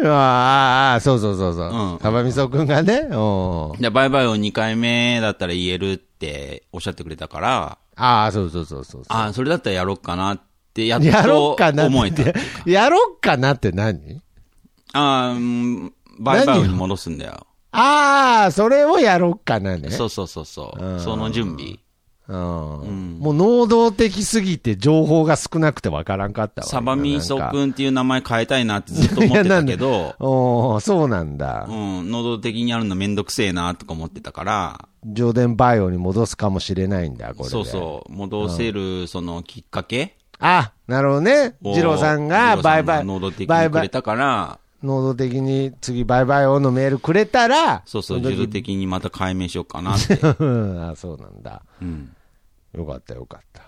ああああ、そうそうそうそうう。
ん
サバミソくんがね、うん。
じゃあバイバイを2回目だったら言えるっておっしゃってくれたから、
ああ、そうそうそうそうそう。
あそれだったらやろうかなって、やっ
やろ
と
っかな
思え
った
ってい
て
うか。。
やろっかなって何
あーうんバイバイに戻すんだよ。
ああ、それをやろっかなね。
そうそうそうそう。その準備。
うんもう能動的すぎて情報が少なくてわからんかったわ。
サバミソ
今なんか
君っていう名前変えたいなってずっと思ってたけど、
おーそうなんだ
う。ん、能動的にやるのめんどくせえなとか思ってたから、
ジョーデンバイオに戻すかもしれないんだ、これで。
そう
う。
そう、戻せるそのきっかけ
あ、なるほどね。
を
ジローさんが
二郎
バイバイ。
能動的
バイ
に
バ
く
イ
れ。たから、
能動的に次バイバイオのメールくれたら、
そうそう、
の
自
時
動的にまた解明しようかなって。
うん あ、そうなんだ。
うん。
よかったよかった。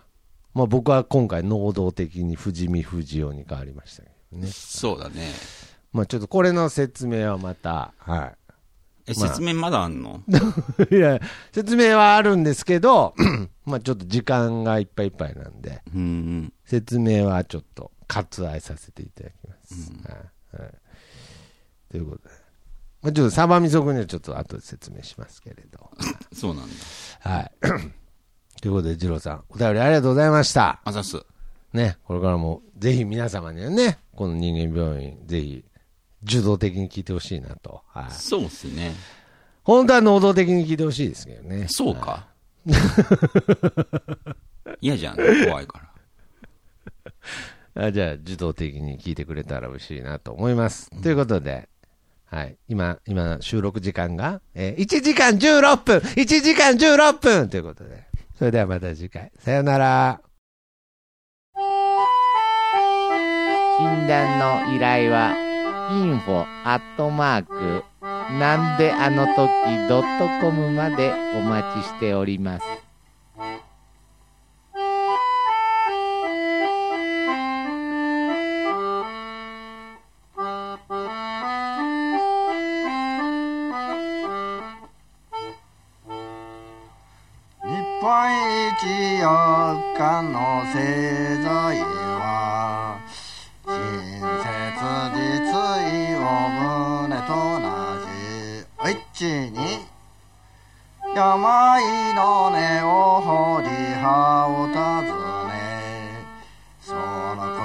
まあ僕は今回能動的に富士見富士雄に変わりましたけどね。
そうだね。
まあちょっとこれの説明はまた、は
え、説明まだあんの
い。いや、説明はあるんですけど、 まあちょっと時間がいっぱいいっぱいなんで、
うんうん。
説明はちょっと割愛させていただきます。はいはいということで、まあ、ちょっとサバミソ君にはちょっと後で説明しますけれど。
そうなんだ。
はい。 ということで、二郎さん、お便りありがとうございました。
あざっす。
ね、これからもぜひ皆様にはね、この人間病院、ぜひ、受動的に聞いてほしいなと。はい。
そうっすね。
本当は能動的に聞いてほしいですけどね。
そうか。嫌じゃん、怖いから。
あじゃあ、受動的に聞いてくれたら嬉しいなと思います。ということで、はい、今、今、収録時間が、えー1時間16分 !1 時間16分ということで、それではまた次回、さよなら。
診断の依頼は info アットマークなんであの時ドットコムまでお待ちしております。
日本一四日の製造業は親切実意を胸と同じ一致に病の根を掘り葉を尋ねその貢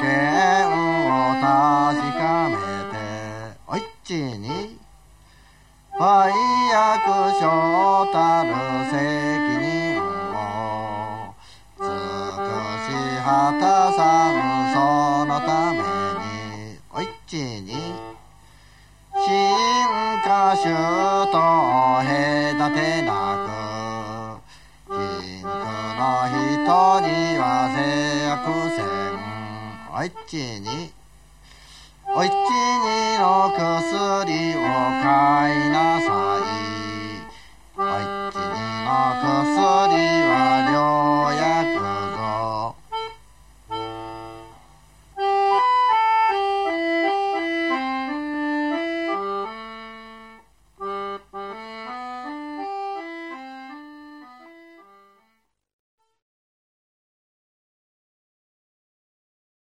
献を確かめて一致に愛役所たる責任を尽くし果たさぬそのためにおいちに進化種と隔てなく貧苦の人には制約せんおいちにおいちにの薬を買いなさい。おいちにの薬